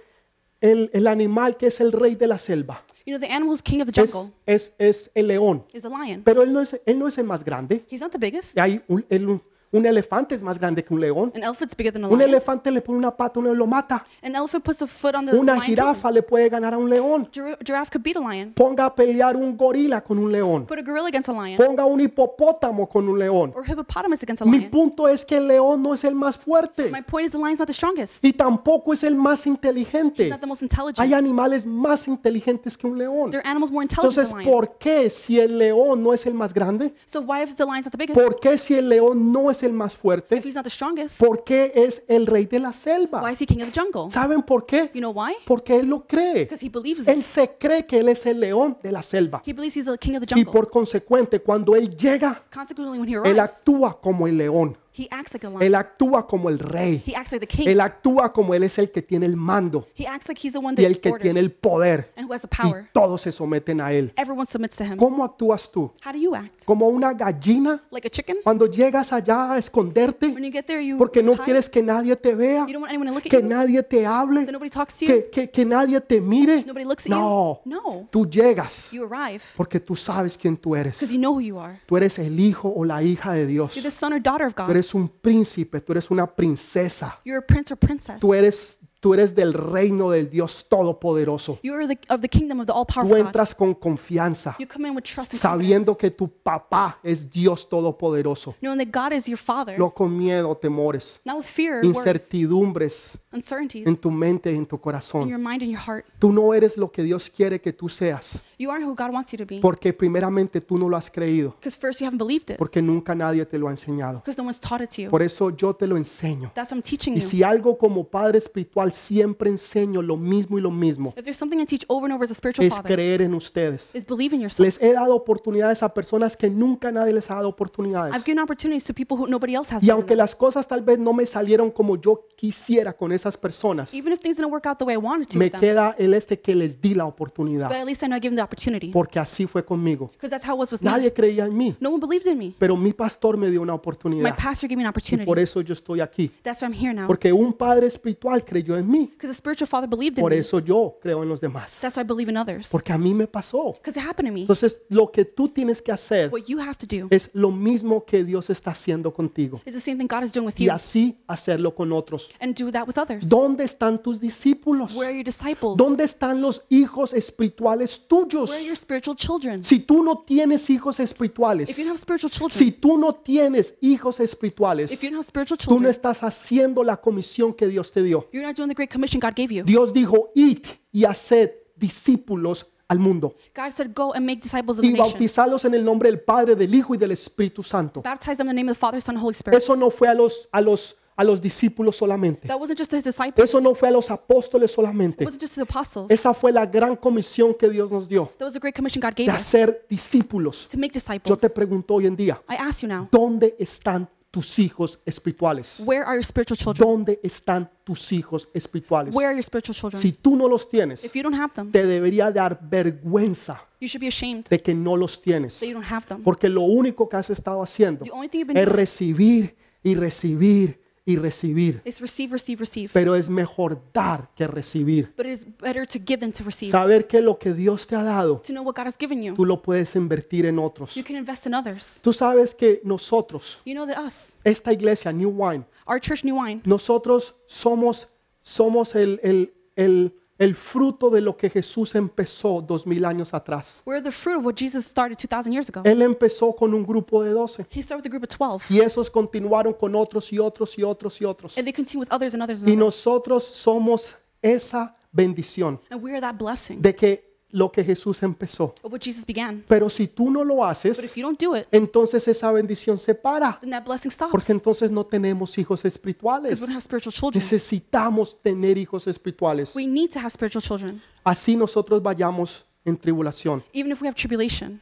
Speaker 1: el, el animal que es el rey de la selva
Speaker 2: You know, the animal who's king of the
Speaker 1: es,
Speaker 2: jungle
Speaker 1: es, es el león.
Speaker 2: is a lion.
Speaker 1: Pero él no es, él no es el más grande.
Speaker 2: He's not the biggest.
Speaker 1: Hay un, el- un elefante es más grande que un león.
Speaker 2: An elephant's bigger than a
Speaker 1: Un
Speaker 2: lion.
Speaker 1: elefante le pone una pata, uno lo mata.
Speaker 2: An elephant puts a foot on the
Speaker 1: Una
Speaker 2: lion. kills him.
Speaker 1: jirafa le puede ganar a un león.
Speaker 2: Gir- giraffe could beat a lion.
Speaker 1: Ponga a pelear un gorila con un león.
Speaker 2: Put a gorilla against a lion.
Speaker 1: Ponga un hipopótamo con un león.
Speaker 2: Or hippopotamus against a
Speaker 1: Mi
Speaker 2: lion.
Speaker 1: punto es que el león no es el más fuerte
Speaker 2: My point is the lion's not the strongest.
Speaker 1: y tampoco es el más
Speaker 2: He's
Speaker 1: inteligente.
Speaker 2: not the most
Speaker 1: Hay
Speaker 2: intelligent.
Speaker 1: animales más inteligentes que un león.
Speaker 2: There are animals more intelligent
Speaker 1: Entonces,
Speaker 2: than lions.
Speaker 1: ¿por qué si el león no es el más grande?
Speaker 2: So why if the lion's not the biggest?
Speaker 1: ¿Por qué si el león no es el más fuerte?
Speaker 2: If he's not the strongest,
Speaker 1: ¿Por qué es el rey de la
Speaker 2: why
Speaker 1: selva?
Speaker 2: is he king of the jungle?
Speaker 1: ¿Saben por qué?
Speaker 2: You know why?
Speaker 1: Porque él lo cree.
Speaker 2: Because he believes it.
Speaker 1: Él se cree que él es el león de la selva.
Speaker 2: He believes he's the king of the
Speaker 1: Y
Speaker 2: jungle.
Speaker 1: por consecuente, cuando él llega,
Speaker 2: Consequently, when he
Speaker 1: él
Speaker 2: arrives,
Speaker 1: actúa como el león.
Speaker 2: he acts like a lion.
Speaker 1: Él actúa como el rey.
Speaker 2: He acts like the
Speaker 1: Él
Speaker 2: king.
Speaker 1: actúa como él es el que tiene el mando
Speaker 2: He acts like he's the one
Speaker 1: y el
Speaker 2: that
Speaker 1: que tiene
Speaker 2: orders
Speaker 1: el poder.
Speaker 2: and who has the
Speaker 1: Y
Speaker 2: power.
Speaker 1: todos se someten a él.
Speaker 2: Everyone submits to him.
Speaker 1: ¿Cómo actúas tú?
Speaker 2: How do you act?
Speaker 1: ¿Como una gallina?
Speaker 2: Like a chicken?
Speaker 1: Cuando llegas allá a
Speaker 2: When
Speaker 1: esconderte
Speaker 2: you get there, you
Speaker 1: porque no
Speaker 2: hide.
Speaker 1: quieres que nadie te vea,
Speaker 2: You don't want anyone to look at
Speaker 1: que
Speaker 2: you. That
Speaker 1: nadie te hable,
Speaker 2: nobody talks to you.
Speaker 1: que, que- que nadie te mire.
Speaker 2: Nobody looks at
Speaker 1: No,
Speaker 2: you. No.
Speaker 1: tú llegas
Speaker 2: You arrive
Speaker 1: porque tú sabes quién tú
Speaker 2: because
Speaker 1: eres.
Speaker 2: you know who you are.
Speaker 1: Tú eres el hijo o la hija de Dios.
Speaker 2: You're the son or daughter of
Speaker 1: Tú
Speaker 2: God.
Speaker 1: eres un príncipe, tú eres una princesa.
Speaker 2: You're a prince or princess.
Speaker 1: Tú eres Tú eres del reino del Dios Todopoderoso.
Speaker 2: You are the, of the kingdom of the all
Speaker 1: Tú
Speaker 2: powerful God.
Speaker 1: entras con confianza,
Speaker 2: You come in with trust and
Speaker 1: sabiendo
Speaker 2: confidence,
Speaker 1: que tu papá es Dios Todopoderoso.
Speaker 2: knowing that God is your Father,
Speaker 1: No con miedo, temores,
Speaker 2: not with fear, worries,
Speaker 1: incertidumbres
Speaker 2: uncertainties
Speaker 1: en tu mente y en tu
Speaker 2: in
Speaker 1: corazón.
Speaker 2: your mind and your heart.
Speaker 1: Tú no eres lo que Dios quiere que tú seas,
Speaker 2: You aren't who God wants you to be
Speaker 1: porque primeramente tú no lo has creído,
Speaker 2: because first you haven't believed it
Speaker 1: porque nunca nadie te lo ha enseñado.
Speaker 2: because no one's taught it to you.
Speaker 1: Por eso yo te lo enseño.
Speaker 2: That's what I'm teaching
Speaker 1: Y
Speaker 2: you.
Speaker 1: si algo como padre espiritual siempre enseño lo mismo y lo mismo,
Speaker 2: If there's something I teach over and over as a spiritual
Speaker 1: es
Speaker 2: father,
Speaker 1: creer en ustedes.
Speaker 2: is believe in yourself.
Speaker 1: Les he dado oportunidades a personas que nunca nadie les ha dado
Speaker 2: I've
Speaker 1: oportunidades.
Speaker 2: given opportunities to people who nobody else has.
Speaker 1: Y
Speaker 2: given
Speaker 1: aunque
Speaker 2: them.
Speaker 1: las cosas tal vez no me salieron como yo quisiera con esas personas,
Speaker 2: Even if things didn't work out the way I wanted to
Speaker 1: me
Speaker 2: with them,
Speaker 1: queda el este que les di la
Speaker 2: but
Speaker 1: oportunidad,
Speaker 2: at least I know I gave them the opportunity
Speaker 1: porque así fue conmigo.
Speaker 2: because that's how it was with me.
Speaker 1: Nadie creía en mí,
Speaker 2: No one believed in me.
Speaker 1: pero mi pastor me dio una
Speaker 2: My
Speaker 1: oportunidad.
Speaker 2: pastor gave me an
Speaker 1: Y
Speaker 2: opportunity.
Speaker 1: por eso yo estoy aquí,
Speaker 2: That's why I'm here now.
Speaker 1: porque un padre espiritual creyó en mí.
Speaker 2: Because the spiritual father believed in
Speaker 1: Por
Speaker 2: me.
Speaker 1: eso yo creo en los demás,
Speaker 2: That's why I believe in others.
Speaker 1: porque a mí me pasó.
Speaker 2: Because it happened to me.
Speaker 1: Entonces, lo que tú tienes que hacer
Speaker 2: What you have to do
Speaker 1: es lo mismo que Dios está haciendo contigo
Speaker 2: is the same thing God is doing with
Speaker 1: y
Speaker 2: you
Speaker 1: así hacerlo con otros.
Speaker 2: and do that with others.
Speaker 1: ¿Dónde están tus discípulos?
Speaker 2: Where are your disciples?
Speaker 1: ¿Dónde están los hijos espirituales tuyos?
Speaker 2: Where are your spiritual children?
Speaker 1: Si tú no tienes hijos
Speaker 2: If you
Speaker 1: espirituales,
Speaker 2: don't have spiritual children,
Speaker 1: si tú no tienes hijos espirituales,
Speaker 2: if you don't have spiritual
Speaker 1: tú no
Speaker 2: children,
Speaker 1: estás haciendo la comisión que Dios te dio.
Speaker 2: you're not doing the great commission God gave you.
Speaker 1: Dios dijo, id y haced discípulos al mundo
Speaker 2: God said, Go and make disciples of the
Speaker 1: y
Speaker 2: nation.
Speaker 1: bautizarlos en el nombre del Padre, del Hijo y del Espíritu Santo.
Speaker 2: Baptize them in the name of the Father, Son, and Holy Spirit.
Speaker 1: Eso no fue a los, a los, a los discípulos solamente.
Speaker 2: That wasn't just his disciples,
Speaker 1: Eso
Speaker 2: it
Speaker 1: no fue a los apóstoles solamente.
Speaker 2: wasn't just his apostles.
Speaker 1: Esa fue la gran comisión que Dios nos dio
Speaker 2: That was a great commission God gave
Speaker 1: de
Speaker 2: us
Speaker 1: hacer discípulos.
Speaker 2: to make
Speaker 1: Yo
Speaker 2: disciples.
Speaker 1: te pregunto hoy en día,
Speaker 2: I ask you now,
Speaker 1: ¿dónde están tus hijos espirituales?
Speaker 2: where are your spiritual children?
Speaker 1: ¿Dónde están tus hijos espirituales?
Speaker 2: Where are your spiritual children?
Speaker 1: Si tú no los tienes,
Speaker 2: If you don't have them,
Speaker 1: te debería dar vergüenza
Speaker 2: you should be ashamed
Speaker 1: de que no los tienes.
Speaker 2: that you don't have them.
Speaker 1: Porque lo único que has estado haciendo
Speaker 2: The only thing you've been
Speaker 1: es
Speaker 2: doing
Speaker 1: recibir y recibir y recibir.
Speaker 2: is receive, receive, receive.
Speaker 1: Pero es mejor dar que recibir.
Speaker 2: But it is better to give than to receive.
Speaker 1: Saber que lo que Dios te ha dado,
Speaker 2: To know what God has given you,
Speaker 1: tú lo puedes invertir en otros.
Speaker 2: you can invest in others.
Speaker 1: Tú sabes que nosotros,
Speaker 2: You know that us,
Speaker 1: esta iglesia, New Wine,
Speaker 2: our church, New Wine,
Speaker 1: nosotros somos, somos el, el- el- el fruto de lo que Jesús empezó dos mil años atrás.
Speaker 2: we're the fruit of what Jesus started 2,000 years ago.
Speaker 1: Él empezó con un grupo de doce
Speaker 2: He started with a group of 12,
Speaker 1: y esos continuaron con otros y otros y otros y otros.
Speaker 2: and they continue with others and others and
Speaker 1: Y
Speaker 2: others.
Speaker 1: nosotros somos esa bendición
Speaker 2: And we are that blessing
Speaker 1: de que lo que Jesús empezó.
Speaker 2: of what Jesus began.
Speaker 1: Pero si tú no lo
Speaker 2: But if
Speaker 1: haces,
Speaker 2: you don't do it,
Speaker 1: entonces esa bendición se para,
Speaker 2: then that blessing
Speaker 1: porque
Speaker 2: stops.
Speaker 1: entonces no tenemos hijos
Speaker 2: Because
Speaker 1: espirituales.
Speaker 2: we don't have spiritual children.
Speaker 1: Necesitamos tener hijos espirituales.
Speaker 2: We need to have spiritual children,
Speaker 1: Así nosotros vayamos en tribulación.
Speaker 2: even if we have tribulation.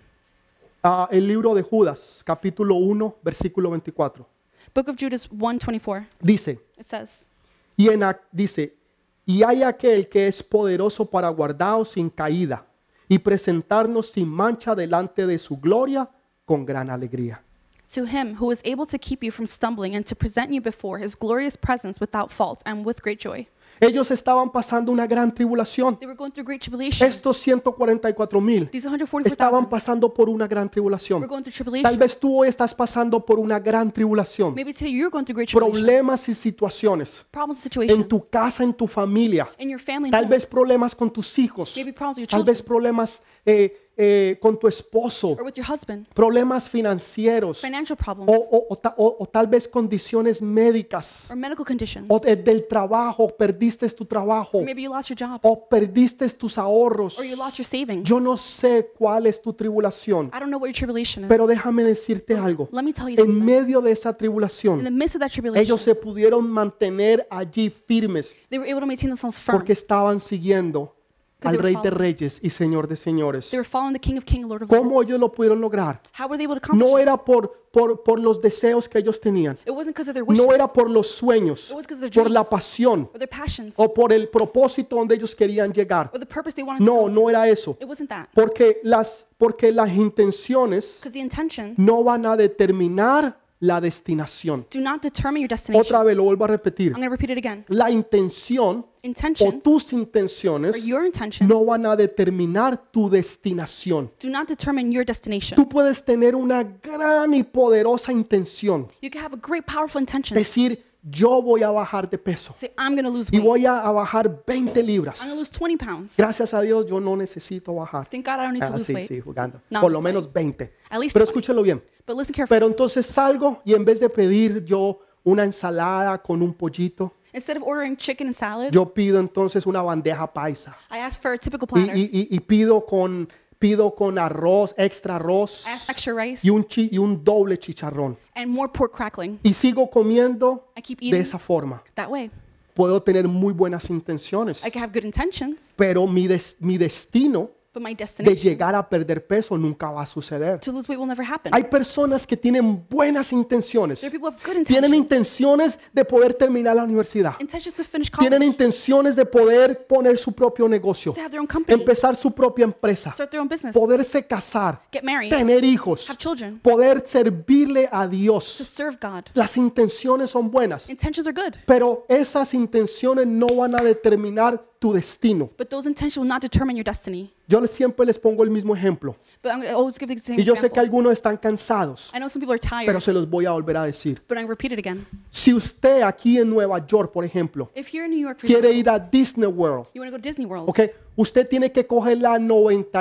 Speaker 1: Ah, el libro de Judas, capítulo 1, versículo 24.
Speaker 2: Book of Judas 1:24.
Speaker 1: Dice,
Speaker 2: It says,
Speaker 1: y en ac- dice, y hay aquel que es poderoso para guardaros sin caída y presentarnos sin mancha delante de su gloria con gran alegría.
Speaker 2: "To him who is able to keep you from stumbling and to present you before his glorious presence without fault and with great joy."
Speaker 1: Ellos estaban pasando una gran tribulación.
Speaker 2: They were going through great tribulation.
Speaker 1: Estos 144 mil
Speaker 2: These
Speaker 1: estaban
Speaker 2: 144,000
Speaker 1: pasando por una gran
Speaker 2: were
Speaker 1: tribulación.
Speaker 2: going through
Speaker 1: Tal
Speaker 2: tribulation.
Speaker 1: vez tú hoy estás pasando por una gran tribulación.
Speaker 2: Maybe today you're going through great tribulation.
Speaker 1: Problemas y situaciones
Speaker 2: Problems and
Speaker 1: en tu
Speaker 2: situations
Speaker 1: casa, en tu familia.
Speaker 2: in your family. and
Speaker 1: Tal
Speaker 2: home.
Speaker 1: vez problemas con tus hijos.
Speaker 2: Maybe problems with your
Speaker 1: Tal vez
Speaker 2: children
Speaker 1: problemas eh, eh, con tu esposo.
Speaker 2: or with your husband.
Speaker 1: problemas financieros
Speaker 2: Financial
Speaker 1: o,
Speaker 2: problems
Speaker 1: o- o ta- o- o tal vez condiciones médicas
Speaker 2: or medical conditions.
Speaker 1: o de- del trabajo, perdiste tu trabajo
Speaker 2: Or Maybe you lost your job
Speaker 1: o perdiste tus ahorros.
Speaker 2: or you lost your savings.
Speaker 1: Yo no sé cuál es tu tribulación,
Speaker 2: I don't know what your tribulation is.
Speaker 1: pero déjame decirte algo.
Speaker 2: Let me tell you
Speaker 1: En
Speaker 2: something.
Speaker 1: medio de esa
Speaker 2: In
Speaker 1: tribulación,
Speaker 2: the midst of that tribulation,
Speaker 1: ellos se pudieron mantener allí firmes
Speaker 2: they were able to maintain themselves firm.
Speaker 1: porque estaban siguiendo
Speaker 2: Because
Speaker 1: al
Speaker 2: they were
Speaker 1: Rey de
Speaker 2: following-
Speaker 1: Reyes y Señor de Señores.
Speaker 2: They were following the King of Kings, Lord of
Speaker 1: ¿Cómo
Speaker 2: Lords.
Speaker 1: ellos lo pudieron lograr?
Speaker 2: How were they able to accomplish
Speaker 1: No
Speaker 2: it?
Speaker 1: era por, por, por los deseos que ellos tenían.
Speaker 2: It wasn't because of their wishes
Speaker 1: no era
Speaker 2: or
Speaker 1: por los sueños,
Speaker 2: It was 'cause of their
Speaker 1: por la
Speaker 2: dreams.
Speaker 1: pasión
Speaker 2: their passions
Speaker 1: o por el propósito donde ellos querían llegar.
Speaker 2: or the purpose they wanted
Speaker 1: No,
Speaker 2: to go
Speaker 1: no
Speaker 2: to.
Speaker 1: era eso.
Speaker 2: It wasn't that.
Speaker 1: Porque las, porque las intenciones
Speaker 2: Because the intentions
Speaker 1: no van a determinar la destinación.
Speaker 2: do not determine your destination.
Speaker 1: Otra vez lo vuelvo a repetir.
Speaker 2: I'm going to repeat it again.
Speaker 1: La intención o
Speaker 2: Intentions
Speaker 1: tus
Speaker 2: or
Speaker 1: intenciones
Speaker 2: your intentions
Speaker 1: no van a determinar tu destinación.
Speaker 2: do not determine your destination.
Speaker 1: Tú puedes tener una gran y poderosa intención.
Speaker 2: You can have a great, powerful intention.
Speaker 1: Decir, yo voy a bajar de peso
Speaker 2: Say, I'm going to lose
Speaker 1: y
Speaker 2: weight.
Speaker 1: voy a, a bajar 20 libras.
Speaker 2: I'm going to lose 20 pounds.
Speaker 1: Gracias a Dios yo no necesito bajar.
Speaker 2: Thank God I don't need to
Speaker 1: Ah,
Speaker 2: lose
Speaker 1: sí,
Speaker 2: weight.
Speaker 1: sí, jugando.
Speaker 2: No,
Speaker 1: Por
Speaker 2: I'm
Speaker 1: lo menos 20.
Speaker 2: At least
Speaker 1: Pero
Speaker 2: 20.
Speaker 1: escúchelo bien.
Speaker 2: But listen carefully.
Speaker 1: Pero entonces salgo y en vez de pedir yo una ensalada con un pollito,
Speaker 2: Instead of ordering chicken and salad,
Speaker 1: yo pido entonces una bandeja paisa.
Speaker 2: I asked for a
Speaker 1: Y,
Speaker 2: typical platter.
Speaker 1: y- y- y pido, con, pido con arroz, extra arroz
Speaker 2: I asked extra rice
Speaker 1: y un, chi- y un doble chicharrón.
Speaker 2: and more pork crackling.
Speaker 1: Y sigo comiendo
Speaker 2: I keep
Speaker 1: de
Speaker 2: eating
Speaker 1: esa forma.
Speaker 2: that way.
Speaker 1: Puedo tener muy buenas intenciones,
Speaker 2: I can have good intentions,
Speaker 1: pero mi, des- mi destino
Speaker 2: but my
Speaker 1: de
Speaker 2: destination
Speaker 1: llegar a perder peso nunca va a suceder.
Speaker 2: to lose weight will never happen.
Speaker 1: Hay personas que tienen buenas intenciones.
Speaker 2: There are people who have good
Speaker 1: Tienen
Speaker 2: intentions,
Speaker 1: intenciones de poder terminar la universidad.
Speaker 2: intentions to finish
Speaker 1: Tienen
Speaker 2: college,
Speaker 1: intenciones de poder poner su propio negocio,
Speaker 2: to have their own company,
Speaker 1: empezar su propia empresa,
Speaker 2: start their own business,
Speaker 1: poderse casar,
Speaker 2: get married,
Speaker 1: tener hijos,
Speaker 2: have children,
Speaker 1: poder servirle a
Speaker 2: to
Speaker 1: Dios.
Speaker 2: serve God.
Speaker 1: Las intenciones son buenas,
Speaker 2: Intentions are good,
Speaker 1: pero esas intenciones no van a determinar tu destino.
Speaker 2: but those intentions will not determine your destiny.
Speaker 1: Yo les- siempre les pongo el mismo ejemplo.
Speaker 2: But I'm going to always give the same
Speaker 1: Y yo sé que
Speaker 2: example.
Speaker 1: algunos están cansados,
Speaker 2: I know some people are tired,
Speaker 1: pero se los voy a volver a decir.
Speaker 2: but I repeat it again.
Speaker 1: Si usted aquí en Nueva York, por ejemplo,
Speaker 2: If you're in New York, for
Speaker 1: quiere
Speaker 2: example,
Speaker 1: ir a Disney World,
Speaker 2: you want to go to Disney World,
Speaker 1: ¿ok? Usted tiene que coger la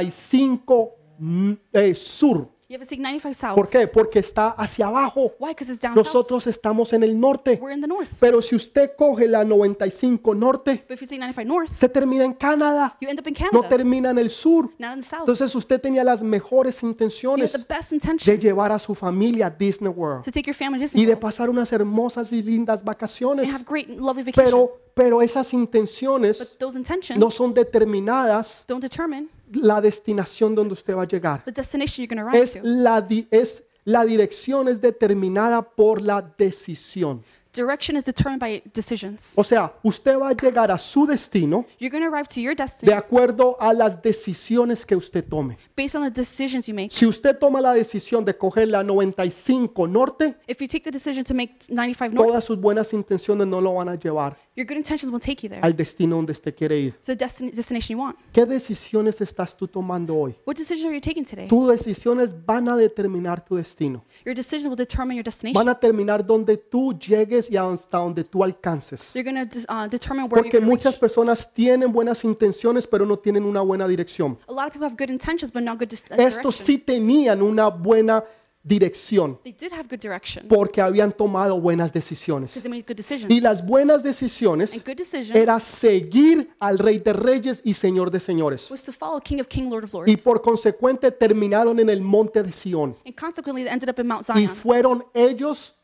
Speaker 1: 95 mm, eh, Sur.
Speaker 2: you have to take 95 South.
Speaker 1: ¿Por qué? Porque está hacia abajo.
Speaker 2: Why? Because it's down south.
Speaker 1: Nosotros estamos en el norte.
Speaker 2: We're in the north.
Speaker 1: Pero si usted coge la 95 Norte,
Speaker 2: But if you take 95 north,
Speaker 1: usted termina en Canadá,
Speaker 2: you end up in
Speaker 1: no
Speaker 2: Canada,
Speaker 1: termina en el sur.
Speaker 2: not in the south.
Speaker 1: Entonces usted tenía las mejores
Speaker 2: You have
Speaker 1: intenciones
Speaker 2: Oh. the best
Speaker 1: de
Speaker 2: intentions
Speaker 1: llevar a su familia a Disney World
Speaker 2: to take your family to
Speaker 1: y
Speaker 2: Disney
Speaker 1: de
Speaker 2: World
Speaker 1: pasar unas hermosas y lindas vacaciones.
Speaker 2: and have great, lovely vacation.
Speaker 1: Pero, pero esas intenciones
Speaker 2: But those intentions
Speaker 1: no son determinadas
Speaker 2: don't determine
Speaker 1: la destinación donde usted va a llegar.
Speaker 2: the destination you're going to arrive
Speaker 1: Es
Speaker 2: to.
Speaker 1: la, di- es la dirección es determinada por la decisión.
Speaker 2: Direction is determined by decisions.
Speaker 1: O sea, usted va a llegar a su destino
Speaker 2: You're going to arrive to your destiny
Speaker 1: de acuerdo a las decisiones que usted tome.
Speaker 2: based on the decisions you make.
Speaker 1: Si usted toma la decisión de coger la 95 norte,
Speaker 2: If you take the decision to make 95 north,
Speaker 1: todas sus buenas intenciones no lo van a llevar
Speaker 2: your good intentions will take you there.
Speaker 1: al destino donde usted quiere ir.
Speaker 2: It's the desti- destination you want.
Speaker 1: ¿Qué decisiones estás tú tomando hoy?
Speaker 2: What decision are you taking today?
Speaker 1: Tus decisiones van a determinar tu destino.
Speaker 2: Your decision will determine
Speaker 1: Van
Speaker 2: your destination.
Speaker 1: a terminar donde tú llegues y hasta donde tú alcances.
Speaker 2: You're going to uh, determine where
Speaker 1: Porque
Speaker 2: you're going to
Speaker 1: muchas
Speaker 2: reach.
Speaker 1: personas tienen buenas intenciones, pero no tienen una buena dirección.
Speaker 2: A lot of people have good intentions, but not good dis- uh,
Speaker 1: Estos
Speaker 2: direction.
Speaker 1: sí tenían una buena dirección
Speaker 2: They did have good direction
Speaker 1: porque habían tomado buenas decisiones.
Speaker 2: because they made good
Speaker 1: Y
Speaker 2: decisions.
Speaker 1: las buenas decisiones
Speaker 2: And good decisions
Speaker 1: era seguir al Rey de Reyes y Señor de Señores.
Speaker 2: was to follow King of King, Lord
Speaker 1: Y
Speaker 2: of Lords.
Speaker 1: por consecuente terminaron en el monte de Sión.
Speaker 2: And consequently, they ended up in Mount
Speaker 1: Y
Speaker 2: Zion.
Speaker 1: fueron ellos,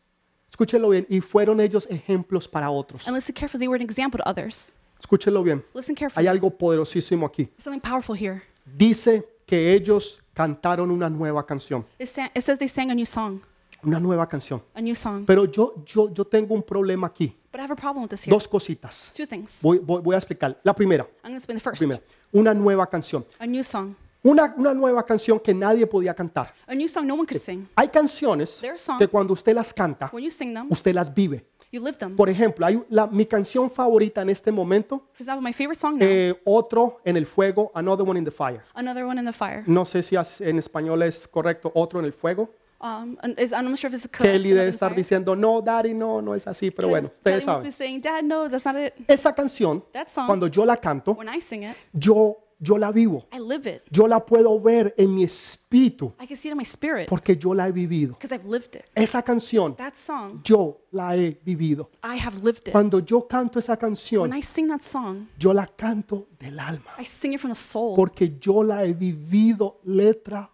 Speaker 1: escúchelo bien, y fueron ellos ejemplos para otros.
Speaker 2: And listen carefully, they were an example to others.
Speaker 1: Escúchelo bien,
Speaker 2: Listen carefully.
Speaker 1: hay algo poderosísimo aquí.
Speaker 2: There's something powerful here.
Speaker 1: Dice que ellos cantaron una nueva canción,
Speaker 2: It, sa- it says they sang a new song,
Speaker 1: una nueva canción.
Speaker 2: a new song.
Speaker 1: Pero yo, yo, yo tengo un problema aquí,
Speaker 2: But I have a problem with this here.
Speaker 1: dos cositas.
Speaker 2: Two things.
Speaker 1: Voy, voy, voy a explicar. La primera,
Speaker 2: I'm going to explain the first.
Speaker 1: primera, una nueva canción.
Speaker 2: A new song.
Speaker 1: Una, una nueva canción que nadie podía cantar.
Speaker 2: A new song no one could sing.
Speaker 1: Hay canciones
Speaker 2: There are songs-
Speaker 1: que cuando usted las canta,
Speaker 2: When you sing them,
Speaker 1: usted las vive.
Speaker 2: you live them. For
Speaker 1: Por ejemplo, hay la- mi canción favorita en este momento,
Speaker 2: example, my favorite song now,
Speaker 1: eh, Otro en el Fuego, Another One in the Fire.
Speaker 2: Another One in the Fire.
Speaker 1: No sé si as- en español es correcto, Otro en el Fuego.
Speaker 2: Um, and is, I'm not sure if it's correct.
Speaker 1: Kelly debe
Speaker 2: Another
Speaker 1: estar
Speaker 2: One in the Fire.
Speaker 1: diciendo, no, Daddy, no, no es así, pero bueno, ustedes
Speaker 2: Daddy must be
Speaker 1: saben.
Speaker 2: saying, Dad, no, that's not it.
Speaker 1: Esa canción,
Speaker 2: That song,
Speaker 1: cuando yo la canto,
Speaker 2: when I sing it,
Speaker 1: yo, yo la vivo.
Speaker 2: I live it.
Speaker 1: Yo la puedo ver en mi espíritu
Speaker 2: I can see it in my spirit
Speaker 1: porque yo la he vivido.
Speaker 2: because I've lived it.
Speaker 1: Esa canción,
Speaker 2: That song,
Speaker 1: yo la he vivido.
Speaker 2: I have lived it.
Speaker 1: Cuando yo canto esa
Speaker 2: When
Speaker 1: canción,
Speaker 2: I sing that song,
Speaker 1: yo la canto del alma
Speaker 2: I sing it from the soul.
Speaker 1: porque yo la he vivido letra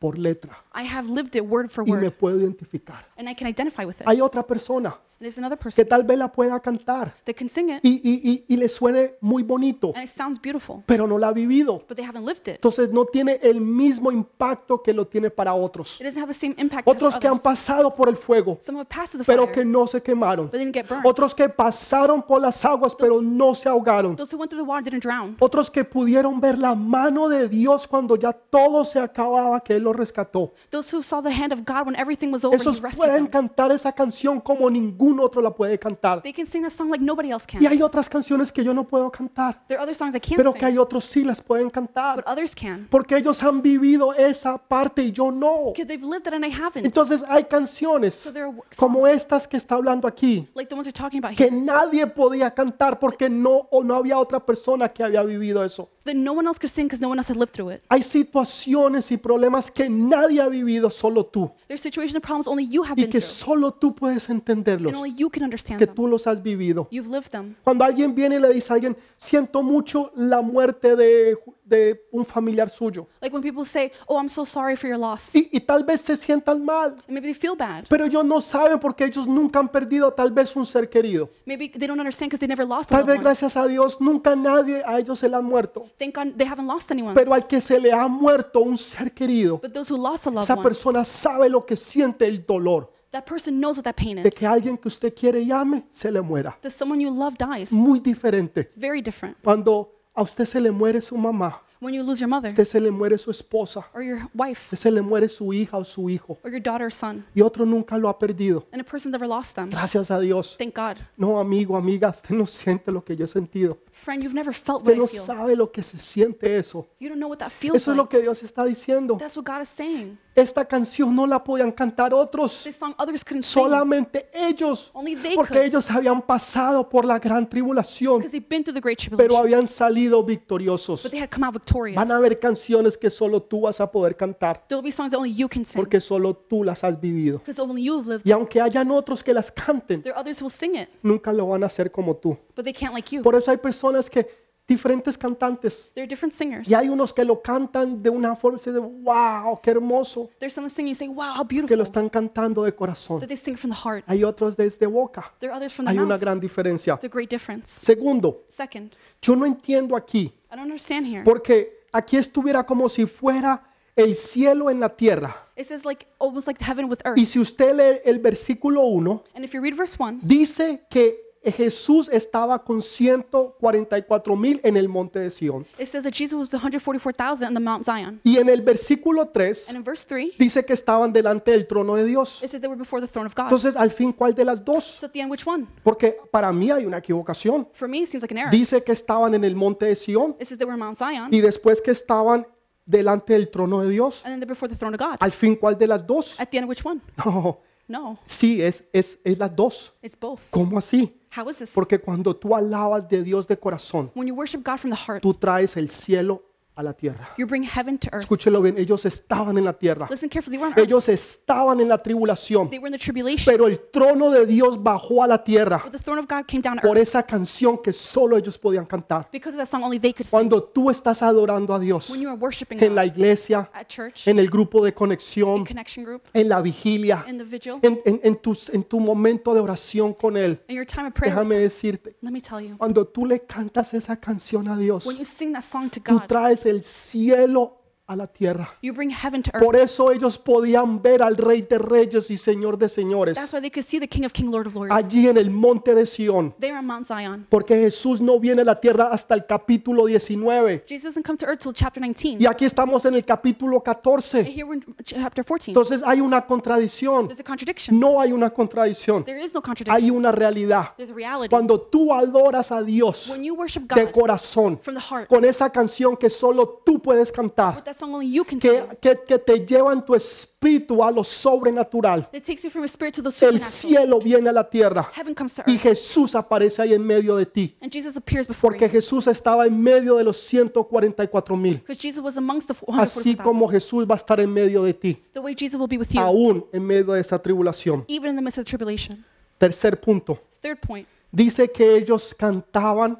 Speaker 1: por letra
Speaker 2: I have lived it word for
Speaker 1: y me
Speaker 2: word,
Speaker 1: puedo identificar.
Speaker 2: and I can identify with it. And
Speaker 1: Hay otra persona
Speaker 2: there's another
Speaker 1: que
Speaker 2: person
Speaker 1: tal vez la pueda cantar
Speaker 2: that can sing it,
Speaker 1: y, y- y- y le suene muy bonito,
Speaker 2: and it sounds beautiful,
Speaker 1: pero no la ha vivido.
Speaker 2: but they haven't lived it.
Speaker 1: Entonces no tiene el mismo impacto que lo tiene para otros.
Speaker 2: It doesn't have the same impact as
Speaker 1: Otros que han
Speaker 2: others.
Speaker 1: pasado por el fuego,
Speaker 2: Some have passed through the
Speaker 1: pero que
Speaker 2: fire,
Speaker 1: no se quemaron.
Speaker 2: but didn't get burned.
Speaker 1: Otros que pasaron por las aguas, pero no se ahogaron.
Speaker 2: Those who went through the water didn't drown.
Speaker 1: Otros que pudieron ver la mano de Dios cuando ya todo se acababa, que Él los rescató.
Speaker 2: Those who saw the hand of God when everything was over, He
Speaker 1: Esos
Speaker 2: rescued
Speaker 1: pueden
Speaker 2: them.
Speaker 1: cantar esa canción como ningún ningún otro la puede cantar.
Speaker 2: They can sing a song like nobody else can.
Speaker 1: Y hay otras canciones que yo no puedo cantar,
Speaker 2: There are other songs I can't
Speaker 1: pero
Speaker 2: sing,
Speaker 1: que hay otros sí las pueden cantar,
Speaker 2: but others can.
Speaker 1: porque ellos han vivido esa parte y yo no.
Speaker 2: Because they've lived it and I haven't.
Speaker 1: Entonces hay canciones
Speaker 2: So there are
Speaker 1: como
Speaker 2: songs,
Speaker 1: estas que está hablando aquí,
Speaker 2: like the ones we're talking about here,
Speaker 1: que nadie podía cantar porque no o no había otra persona que había vivido eso.
Speaker 2: that no one else could sing because no one else had lived through it.
Speaker 1: Hay situaciones y problemas que nadie ha vivido, solo tú,
Speaker 2: There's situations and problems only you have
Speaker 1: y
Speaker 2: been
Speaker 1: que
Speaker 2: through,
Speaker 1: solo tú puedes entenderlos,
Speaker 2: and only you can understand
Speaker 1: que
Speaker 2: them.
Speaker 1: tú los has vivido.
Speaker 2: You've lived them.
Speaker 1: Cuando alguien viene y le dice a alguien, siento mucho la muerte de, de un familiar suyo,
Speaker 2: Like when people say, "Oh, I'm so sorry for your loss,"
Speaker 1: y, y tal vez se sientan mal,
Speaker 2: and maybe they feel bad.
Speaker 1: pero ellos no saben porque ellos nunca han perdido tal vez un ser querido.
Speaker 2: Maybe they don't understand because they never lost
Speaker 1: Tal vez
Speaker 2: anyone.
Speaker 1: gracias a Dios nunca nadie a ellos se le ha muerto,
Speaker 2: Thank God they haven't lost anyone.
Speaker 1: pero al que se le ha muerto un ser querido,
Speaker 2: But those who lost a loved
Speaker 1: esa
Speaker 2: one,
Speaker 1: persona sabe lo que siente el dolor
Speaker 2: that person knows what that pain
Speaker 1: de
Speaker 2: is.
Speaker 1: que alguien que usted quiere y ame se le muera.
Speaker 2: That someone you love dies.
Speaker 1: Muy diferente.
Speaker 2: Very different.
Speaker 1: Cuando a usted se le muere su mamá,
Speaker 2: When you lose your mother,
Speaker 1: a usted se le muere su esposa, a
Speaker 2: or your wife,
Speaker 1: usted se le muere su hija o su hijo
Speaker 2: or your daughter or son,
Speaker 1: y otro nunca lo ha perdido.
Speaker 2: and a person's never lost them.
Speaker 1: Gracias a Dios.
Speaker 2: Thank God.
Speaker 1: No, amigo, amiga, usted no siente lo que yo he sentido.
Speaker 2: Friend, you've never felt
Speaker 1: Usted
Speaker 2: what I
Speaker 1: no
Speaker 2: feel.
Speaker 1: sabe lo que se siente eso.
Speaker 2: You don't know what that feels
Speaker 1: Eso es lo
Speaker 2: like.
Speaker 1: que Dios está diciendo.
Speaker 2: That's what God is saying.
Speaker 1: Esta canción no la podían cantar otros,
Speaker 2: This song others couldn't sing
Speaker 1: solamente ellos,
Speaker 2: Only they
Speaker 1: porque
Speaker 2: could.
Speaker 1: ellos habían pasado por la gran tribulación,
Speaker 2: because they've been through the great
Speaker 1: pero
Speaker 2: tribulation,
Speaker 1: habían salido victoriosos.
Speaker 2: but they had come out victorious.
Speaker 1: Van a
Speaker 2: There
Speaker 1: haber canciones que solo tú vas a poder cantar,
Speaker 2: will be songs that only you can sing
Speaker 1: porque solo tú las has vivido.
Speaker 2: because only you have lived.
Speaker 1: Y aunque hayan otros que las canten,
Speaker 2: There are others who will sing it,
Speaker 1: nunca lo van a hacer como tú.
Speaker 2: but they can't like you.
Speaker 1: Por eso hay personas que, diferentes cantantes,
Speaker 2: There are different singers.
Speaker 1: y hay unos que lo cantan de una forma, se dice, wow, qué hermoso,
Speaker 2: There's someone singing, you say, wow, how
Speaker 1: que lo
Speaker 2: beautiful.
Speaker 1: están cantando de corazón.
Speaker 2: That they sing from the heart.
Speaker 1: Hay otros desde boca.
Speaker 2: There are others from the
Speaker 1: Hay una
Speaker 2: mouth.
Speaker 1: gran diferencia.
Speaker 2: It's a great difference.
Speaker 1: Segundo,
Speaker 2: Second,
Speaker 1: yo no entiendo aquí,
Speaker 2: I don't understand here.
Speaker 1: porque aquí estuviera como si fuera el cielo en la tierra.
Speaker 2: It says like almost like heaven with
Speaker 1: Y
Speaker 2: earth.
Speaker 1: si usted lee el versículo 1,
Speaker 2: And if you read verse 1,
Speaker 1: dice que Jesús estaba con 144 mil en el monte de Sión.
Speaker 2: it says that Jesus was with 144,000 on the Mount Zion.
Speaker 1: Y en el versículo 3
Speaker 2: And in verse 3,
Speaker 1: dice que estaban delante del trono de Dios.
Speaker 2: it says they were before the throne of God.
Speaker 1: Entonces, al fin, ¿cuál de las dos?
Speaker 2: So at the end, which one?
Speaker 1: Porque para mí hay una equivocación.
Speaker 2: For me, it seems like an error.
Speaker 1: Dice que estaban en el monte de Sión
Speaker 2: It says they were on Mount Zion,
Speaker 1: y después que estaban delante del trono de Dios.
Speaker 2: and then they're before the throne of God.
Speaker 1: Al fin, ¿cuál de las dos?
Speaker 2: At the end, which one?
Speaker 1: No,
Speaker 2: No,
Speaker 1: sí, es, es, es las dos.
Speaker 2: it's both.
Speaker 1: ¿Cómo así?
Speaker 2: How is this?
Speaker 1: Porque cuando tú alabas de Dios de corazón,
Speaker 2: When you worship God from the heart,
Speaker 1: tú traes el cielo a la tierra.
Speaker 2: you bring heaven to earth.
Speaker 1: Escúchelo bien, ellos estaban en la tierra.
Speaker 2: Listen carefully, they were on earth.
Speaker 1: Ellos estaban en la tribulación,
Speaker 2: They were in the tribulation,
Speaker 1: pero el trono de Dios bajó a la tierra
Speaker 2: but the throne of God came down to
Speaker 1: por
Speaker 2: earth.
Speaker 1: esa canción que solo ellos podían cantar.
Speaker 2: Because of that song, only they could sing.
Speaker 1: Cuando tú estás adorando a Dios
Speaker 2: When you are worshiping
Speaker 1: en la
Speaker 2: God
Speaker 1: iglesia,
Speaker 2: at church,
Speaker 1: en el grupo de conexión,
Speaker 2: connection group,
Speaker 1: en la vigilia,
Speaker 2: in the vigil,
Speaker 1: en, en- en tus- en tu momento de oración con Él,
Speaker 2: in your time of prayer,
Speaker 1: déjame decirte,
Speaker 2: let me tell you,
Speaker 1: cuando tú le cantas esa canción a Dios,
Speaker 2: when you sing that song to
Speaker 1: tú
Speaker 2: God,
Speaker 1: traes el cielo a la tierra.
Speaker 2: you bring heaven to earth.
Speaker 1: Por eso ellos podían ver al Rey de Reyes y Señor de Señores
Speaker 2: That's why they could see the King of King, Lord of Lords.
Speaker 1: allí en el monte de Sión.
Speaker 2: They are on Mount Zion.
Speaker 1: Porque Jesús no viene a la tierra hasta el capítulo 19.
Speaker 2: Jesus doesn't come to earth till chapter 19.
Speaker 1: Y aquí estamos en el capítulo
Speaker 2: And
Speaker 1: 14.
Speaker 2: here we're in chapter 14.
Speaker 1: Entonces hay una contradicción.
Speaker 2: There's a contradiction.
Speaker 1: No hay una contradicción.
Speaker 2: There is no contradiction.
Speaker 1: Hay una realidad.
Speaker 2: There's a reality.
Speaker 1: Cuando tú adoras a Dios
Speaker 2: When you worship
Speaker 1: de
Speaker 2: God
Speaker 1: corazón,
Speaker 2: from the heart,
Speaker 1: con esa canción que solo tú puedes cantar,
Speaker 2: with that song only you can
Speaker 1: que,
Speaker 2: sing,
Speaker 1: que, que te lleva en tu espíritu a lo sobrenatural,
Speaker 2: that takes you from your spirit to the
Speaker 1: el
Speaker 2: supernatural.
Speaker 1: cielo viene a la tierra
Speaker 2: Heaven comes to
Speaker 1: y
Speaker 2: earth.
Speaker 1: Jesús aparece ahí en medio de ti.
Speaker 2: And Jesus appears before
Speaker 1: Porque
Speaker 2: you.
Speaker 1: Jesús estaba en medio de los 144 mil.
Speaker 2: Because Jesus was amongst the
Speaker 1: Así
Speaker 2: 144,000.
Speaker 1: como Jesús va a estar en medio de ti,
Speaker 2: The way Jesus will be with you,
Speaker 1: aún en medio de esa tribulación.
Speaker 2: even in the midst of the tribulation.
Speaker 1: Tercer punto.
Speaker 2: Third point.
Speaker 1: Dice que ellos cantaban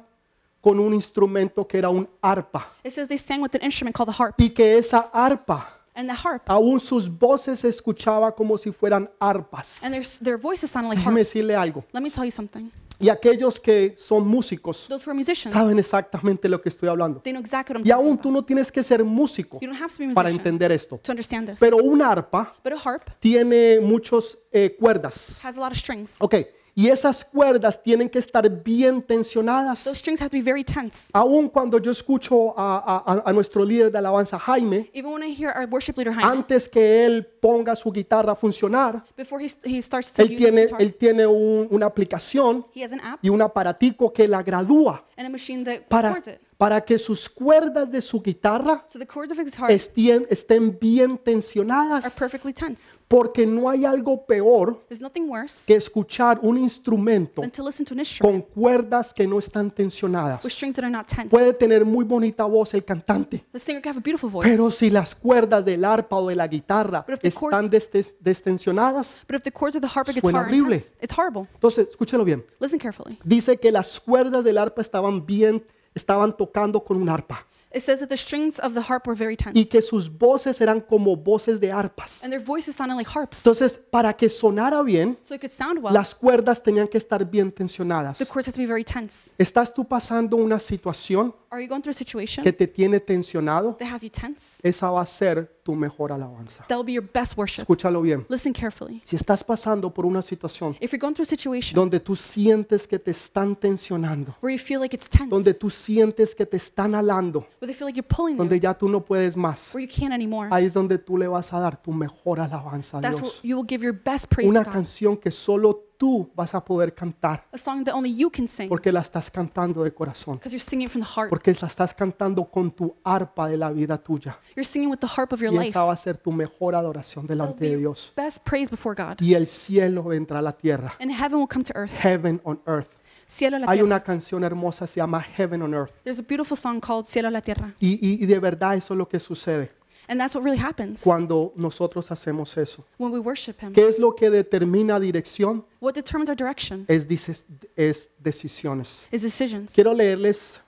Speaker 1: con un instrumento que era un arpa.
Speaker 2: It says they sang with an instrument called the harp.
Speaker 1: Y que esa arpa,
Speaker 2: And the harp.
Speaker 1: aún sus voces se escuchaba como si fueran arpas.
Speaker 2: And their, their voices sounded like
Speaker 1: Déjame
Speaker 2: harps.
Speaker 1: decirle algo.
Speaker 2: Let me tell you something.
Speaker 1: Y aquellos que son músicos
Speaker 2: Those who are musicians,
Speaker 1: saben exactamente lo que estoy hablando.
Speaker 2: they know exactly what I'm
Speaker 1: Y
Speaker 2: talking
Speaker 1: aún
Speaker 2: about.
Speaker 1: tú no tienes que ser músico
Speaker 2: You don't have to be a
Speaker 1: para
Speaker 2: musician
Speaker 1: entender esto.
Speaker 2: to understand this.
Speaker 1: Pero un arpa
Speaker 2: But a harp
Speaker 1: tiene muchos eh, cuerdas.
Speaker 2: has a lot of strings.
Speaker 1: Ok, Y esas cuerdas tienen que estar bien tensionadas.
Speaker 2: Those strings have to be very tense.
Speaker 1: Aun cuando yo escucho a, a- a- a nuestro líder de alabanza, Jaime,
Speaker 2: Even when I hear our worship leader Jaime,
Speaker 1: antes que él ponga su guitarra a funcionar,
Speaker 2: before he, he starts to
Speaker 1: él
Speaker 2: use his
Speaker 1: tiene,
Speaker 2: guitar,
Speaker 1: él tiene un- una aplicación
Speaker 2: he has an app
Speaker 1: y un aparatico que la gradúa
Speaker 2: and a machine that
Speaker 1: para,
Speaker 2: records it.
Speaker 1: para que sus cuerdas de su guitarra
Speaker 2: So the chords of his guitar
Speaker 1: estén, estén bien
Speaker 2: are
Speaker 1: tensionadas.
Speaker 2: perfectly tense.
Speaker 1: Porque no hay algo peor
Speaker 2: There's nothing worse
Speaker 1: que escuchar un instrumento
Speaker 2: than to listen to an instrument
Speaker 1: con cuerdas que no están tensionadas.
Speaker 2: with strings that are not tense.
Speaker 1: Puede tener muy bonita voz el cantante,
Speaker 2: The singer can have a beautiful voice,
Speaker 1: pero si las cuerdas del arpa o de la guitarra
Speaker 2: But pues. if the
Speaker 1: están
Speaker 2: chords-
Speaker 1: destes- destensionadas,
Speaker 2: but if the chords of the harp or
Speaker 1: Suena
Speaker 2: guitar are
Speaker 1: horrible.
Speaker 2: tense, it's horrible.
Speaker 1: entonces escúchelo bien.
Speaker 2: Listen carefully.
Speaker 1: Dice que las cuerdas del arpa estaban bien, estaban tocando con un arpa
Speaker 2: It says that the strings of the harp were very
Speaker 1: y
Speaker 2: tense,
Speaker 1: que sus voces eran como voces de arpas.
Speaker 2: and their voices sounded like harps.
Speaker 1: Entonces, para que sonara bien,
Speaker 2: So it could sound well.
Speaker 1: las cuerdas tenían que estar bien tensionadas.
Speaker 2: The chords have to be very tense.
Speaker 1: ¿Estás tú pasando una situación
Speaker 2: Are you going through a situation
Speaker 1: que te tiene tensionado?
Speaker 2: that has you tense?
Speaker 1: Esa va a ser tu mejor alabanza.
Speaker 2: That will be your best worship.
Speaker 1: Escúchalo bien.
Speaker 2: Listen carefully.
Speaker 1: Si estás pasando por una situación
Speaker 2: If you're going through a situation
Speaker 1: donde tú sientes que te están tensionando,
Speaker 2: where you feel like it's tense,
Speaker 1: donde
Speaker 2: where
Speaker 1: tú sientes que te están alando,
Speaker 2: they feel like you're pulling them,
Speaker 1: donde ya tú no puedes más,
Speaker 2: where you can't anymore,
Speaker 1: ahí es donde tú le vas a dar tu mejor alabanza a
Speaker 2: that's what
Speaker 1: Dios.
Speaker 2: you will give your best praise to
Speaker 1: Una
Speaker 2: God.
Speaker 1: canción que solo tú vas a poder cantar
Speaker 2: A song that only you can sing
Speaker 1: porque la estás cantando de corazón,
Speaker 2: because you're singing from the heart.
Speaker 1: porque la estás cantando con tu arpa de la vida tuya.
Speaker 2: You're singing with the harp of your
Speaker 1: Y
Speaker 2: life.
Speaker 1: esa va a ser tu mejor adoración
Speaker 2: That will
Speaker 1: delante
Speaker 2: be
Speaker 1: de
Speaker 2: your
Speaker 1: Dios.
Speaker 2: best praise before God.
Speaker 1: y el cielo vendrá a la tierra.
Speaker 2: And heaven will come to earth.
Speaker 1: Heaven on earth.
Speaker 2: Cielo a la
Speaker 1: Hay
Speaker 2: tierra.
Speaker 1: una canción hermosa, se llama Heaven on earth.
Speaker 2: There's a beautiful song called Cielo a la tierra.
Speaker 1: Y, y- y de verdad eso es lo que sucede
Speaker 2: And that's what really happens
Speaker 1: cuando nosotros hacemos eso.
Speaker 2: when we worship Him.
Speaker 1: ¿Qué es lo que determina dirección?
Speaker 2: What determines our direction
Speaker 1: Es, dices- es decisiones.
Speaker 2: is decisions.
Speaker 1: Quiero leerles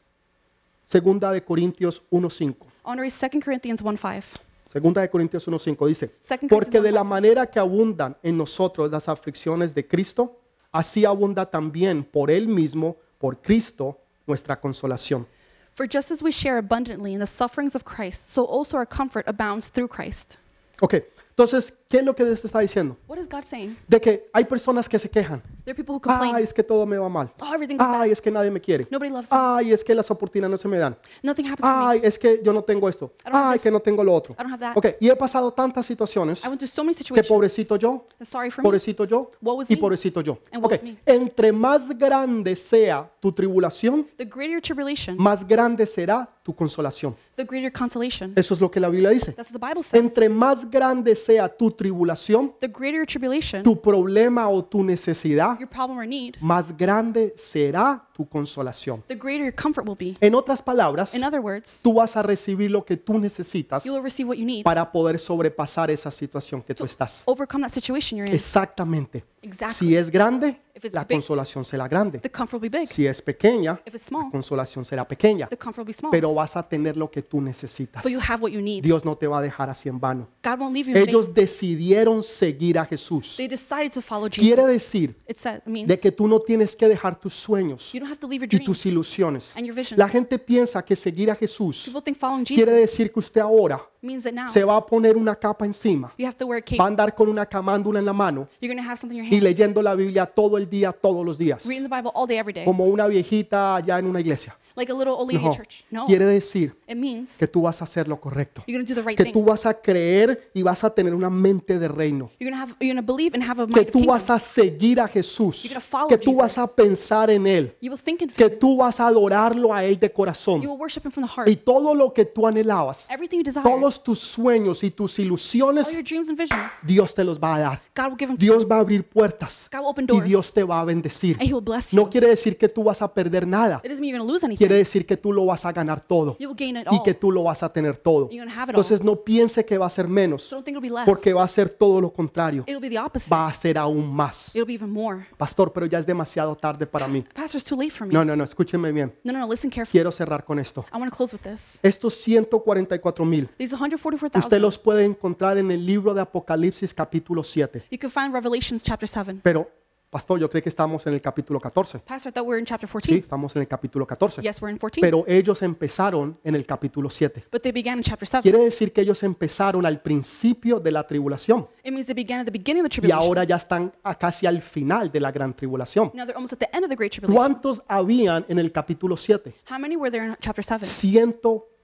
Speaker 1: 2 de Corintios 1.5.
Speaker 2: Honorary 2 Corinthians 1 5.
Speaker 1: 2 de Corintios 1.5 dice, porque de la manera que abundan en nosotros las aflicciones de Cristo, así abunda también por Él mismo, por Cristo, nuestra consolación.
Speaker 2: For just as we share abundantly in the sufferings of Christ, so also our comfort abounds through Christ.
Speaker 1: Ok, entonces, ¿qué es lo que Dios te está diciendo?
Speaker 2: What is God saying?
Speaker 1: De que hay personas que se quejan.
Speaker 2: There are people who complain.
Speaker 1: Ay, es que todo me va mal.
Speaker 2: oh, everything's bad.
Speaker 1: Ay, es que nadie me quiere.
Speaker 2: Nobody loves me.
Speaker 1: Ay, es que las oportunidades no se me dan.
Speaker 2: Nothing happens for me.
Speaker 1: Ay, es que yo no tengo esto.
Speaker 2: don't have
Speaker 1: Ay,
Speaker 2: this.
Speaker 1: que no tengo lo otro.
Speaker 2: I don't have that.
Speaker 1: Ok, y he pasado tantas situaciones
Speaker 2: I went through so many
Speaker 1: que
Speaker 2: situations.
Speaker 1: pobrecito yo,
Speaker 2: And sorry for me.
Speaker 1: pobrecito yo
Speaker 2: Woe is
Speaker 1: y
Speaker 2: me.
Speaker 1: pobrecito yo.
Speaker 2: And woe
Speaker 1: Ok,
Speaker 2: is me.
Speaker 1: entre más grande sea tu tribulación,
Speaker 2: The greater your tribulation,
Speaker 1: más grande será tu consolación.
Speaker 2: the greater your consolation.
Speaker 1: Eso es lo que la Biblia dice.
Speaker 2: That's what the Bible says.
Speaker 1: Entre más grande sea tu tribulación,
Speaker 2: The greater your tribulation,
Speaker 1: tu problema o tu necesidad,
Speaker 2: your problem or need,
Speaker 1: más grande será tu consolación.
Speaker 2: the greater your comfort will be.
Speaker 1: En otras palabras,
Speaker 2: In other words,
Speaker 1: tú vas a recibir lo que tú necesitas
Speaker 2: you will receive what you need.
Speaker 1: para poder sobrepasar esa situación que tú estás.
Speaker 2: Overcome that situation you're in.
Speaker 1: Exactamente.
Speaker 2: Exactly.
Speaker 1: Si es grande,
Speaker 2: If it's
Speaker 1: la
Speaker 2: big-
Speaker 1: consolación será grande.
Speaker 2: The comfort will be big.
Speaker 1: Si es pequeña,
Speaker 2: If it's
Speaker 1: la
Speaker 2: small,
Speaker 1: consolación será pequeña.
Speaker 2: the comfort will be small.
Speaker 1: Pero vas a tener lo que tú necesitas.
Speaker 2: But you have what you need.
Speaker 1: Dios no te va a dejar así en vano.
Speaker 2: God won't leave you. in vain.
Speaker 1: Ellos decidieron seguir a Jesús.
Speaker 2: They decided to follow
Speaker 1: Quiere
Speaker 2: Jesus.
Speaker 1: decir
Speaker 2: It says, it means
Speaker 1: de que tú no tienes que dejar tus sueños.
Speaker 2: you don't have to leave your
Speaker 1: y tus
Speaker 2: dreams.
Speaker 1: ilusiones.
Speaker 2: and your visions.
Speaker 1: La gente piensa que seguir a Jesús
Speaker 2: People think following
Speaker 1: quiere
Speaker 2: Jesus
Speaker 1: decir que usted ahora
Speaker 2: means that now
Speaker 1: se va a poner una capa encima,
Speaker 2: you have to wear a cape.
Speaker 1: va a andar con una camándula en la mano
Speaker 2: You're going to have something in your
Speaker 1: y
Speaker 2: hand.
Speaker 1: leyendo la Biblia todo el día, todos los días,
Speaker 2: Reading the Bible all day, every day.
Speaker 1: como una viejita allá en una iglesia.
Speaker 2: Like a little old lady
Speaker 1: No,
Speaker 2: at church. No.
Speaker 1: quiere decir
Speaker 2: It means
Speaker 1: que tú vas a hacer lo correcto,
Speaker 2: you're going to do the right
Speaker 1: que tú
Speaker 2: thing.
Speaker 1: vas a creer y vas a tener una mente de reino.
Speaker 2: You're going to have you're going to believe and have a
Speaker 1: Que
Speaker 2: mind of
Speaker 1: tú
Speaker 2: kingdom.
Speaker 1: vas a seguir a Jesús,
Speaker 2: You're gonna follow
Speaker 1: que tú vas a
Speaker 2: Jesus.
Speaker 1: pensar en Él,
Speaker 2: You will think and
Speaker 1: que
Speaker 2: feel.
Speaker 1: tú vas a adorarlo a Él de corazón
Speaker 2: You will worship him from the heart.
Speaker 1: y todo lo que tú anhelabas,
Speaker 2: Everything you desire. All
Speaker 1: todos tus sueños y tus ilusiones,
Speaker 2: your dreams and visions.
Speaker 1: Dios te los va a dar.
Speaker 2: God will give them to you.
Speaker 1: Dios va a abrir puertas
Speaker 2: God will open
Speaker 1: y
Speaker 2: doors.
Speaker 1: Dios te va a bendecir.
Speaker 2: And he will bless you.
Speaker 1: No quiere decir que tú vas a perder nada.
Speaker 2: It doesn't mean you're going to lose anything.
Speaker 1: Quiere decir que tú lo vas a ganar todo
Speaker 2: You will gain it
Speaker 1: y
Speaker 2: all.
Speaker 1: que tú lo vas a tener todo.
Speaker 2: You're gonna have it all.
Speaker 1: Entonces no piense que va a ser menos
Speaker 2: So don't think it'll be less.
Speaker 1: porque va a ser todo lo contrario.
Speaker 2: It'll be the opposite.
Speaker 1: Va a ser aún más.
Speaker 2: It'll be even more.
Speaker 1: Pastor, pero ya es demasiado tarde para mí.
Speaker 2: Pastor's too late for me.
Speaker 1: No, no, no, escúcheme bien.
Speaker 2: no, no, no, listen carefully.
Speaker 1: Quiero cerrar con esto.
Speaker 2: I want to close with this.
Speaker 1: Estos 144 mil
Speaker 2: These
Speaker 1: Usted
Speaker 2: 144,000
Speaker 1: los puede encontrar en el libro de Apocalipsis capítulo 7.
Speaker 2: you can find Revelations chapter 7.
Speaker 1: Pero Pastor, yo creo que estamos en el capítulo 14.
Speaker 2: Pastor, I thought we were in chapter
Speaker 1: Sí,
Speaker 2: 14.
Speaker 1: estamos en el capítulo 14.
Speaker 2: Yes, we're in 14.
Speaker 1: Pero ellos empezaron en el capítulo 7.
Speaker 2: but they began in chapter 7.
Speaker 1: Quiere decir que ellos empezaron al principio de la tribulación
Speaker 2: It means they began at the beginning of the
Speaker 1: y
Speaker 2: tribulation.
Speaker 1: ahora ya están a- casi al final de la gran tribulación.
Speaker 2: now they're almost at the end of the great tribulation.
Speaker 1: ¿Cuántos habían en el capítulo 7?
Speaker 2: How many were there in chapter 7?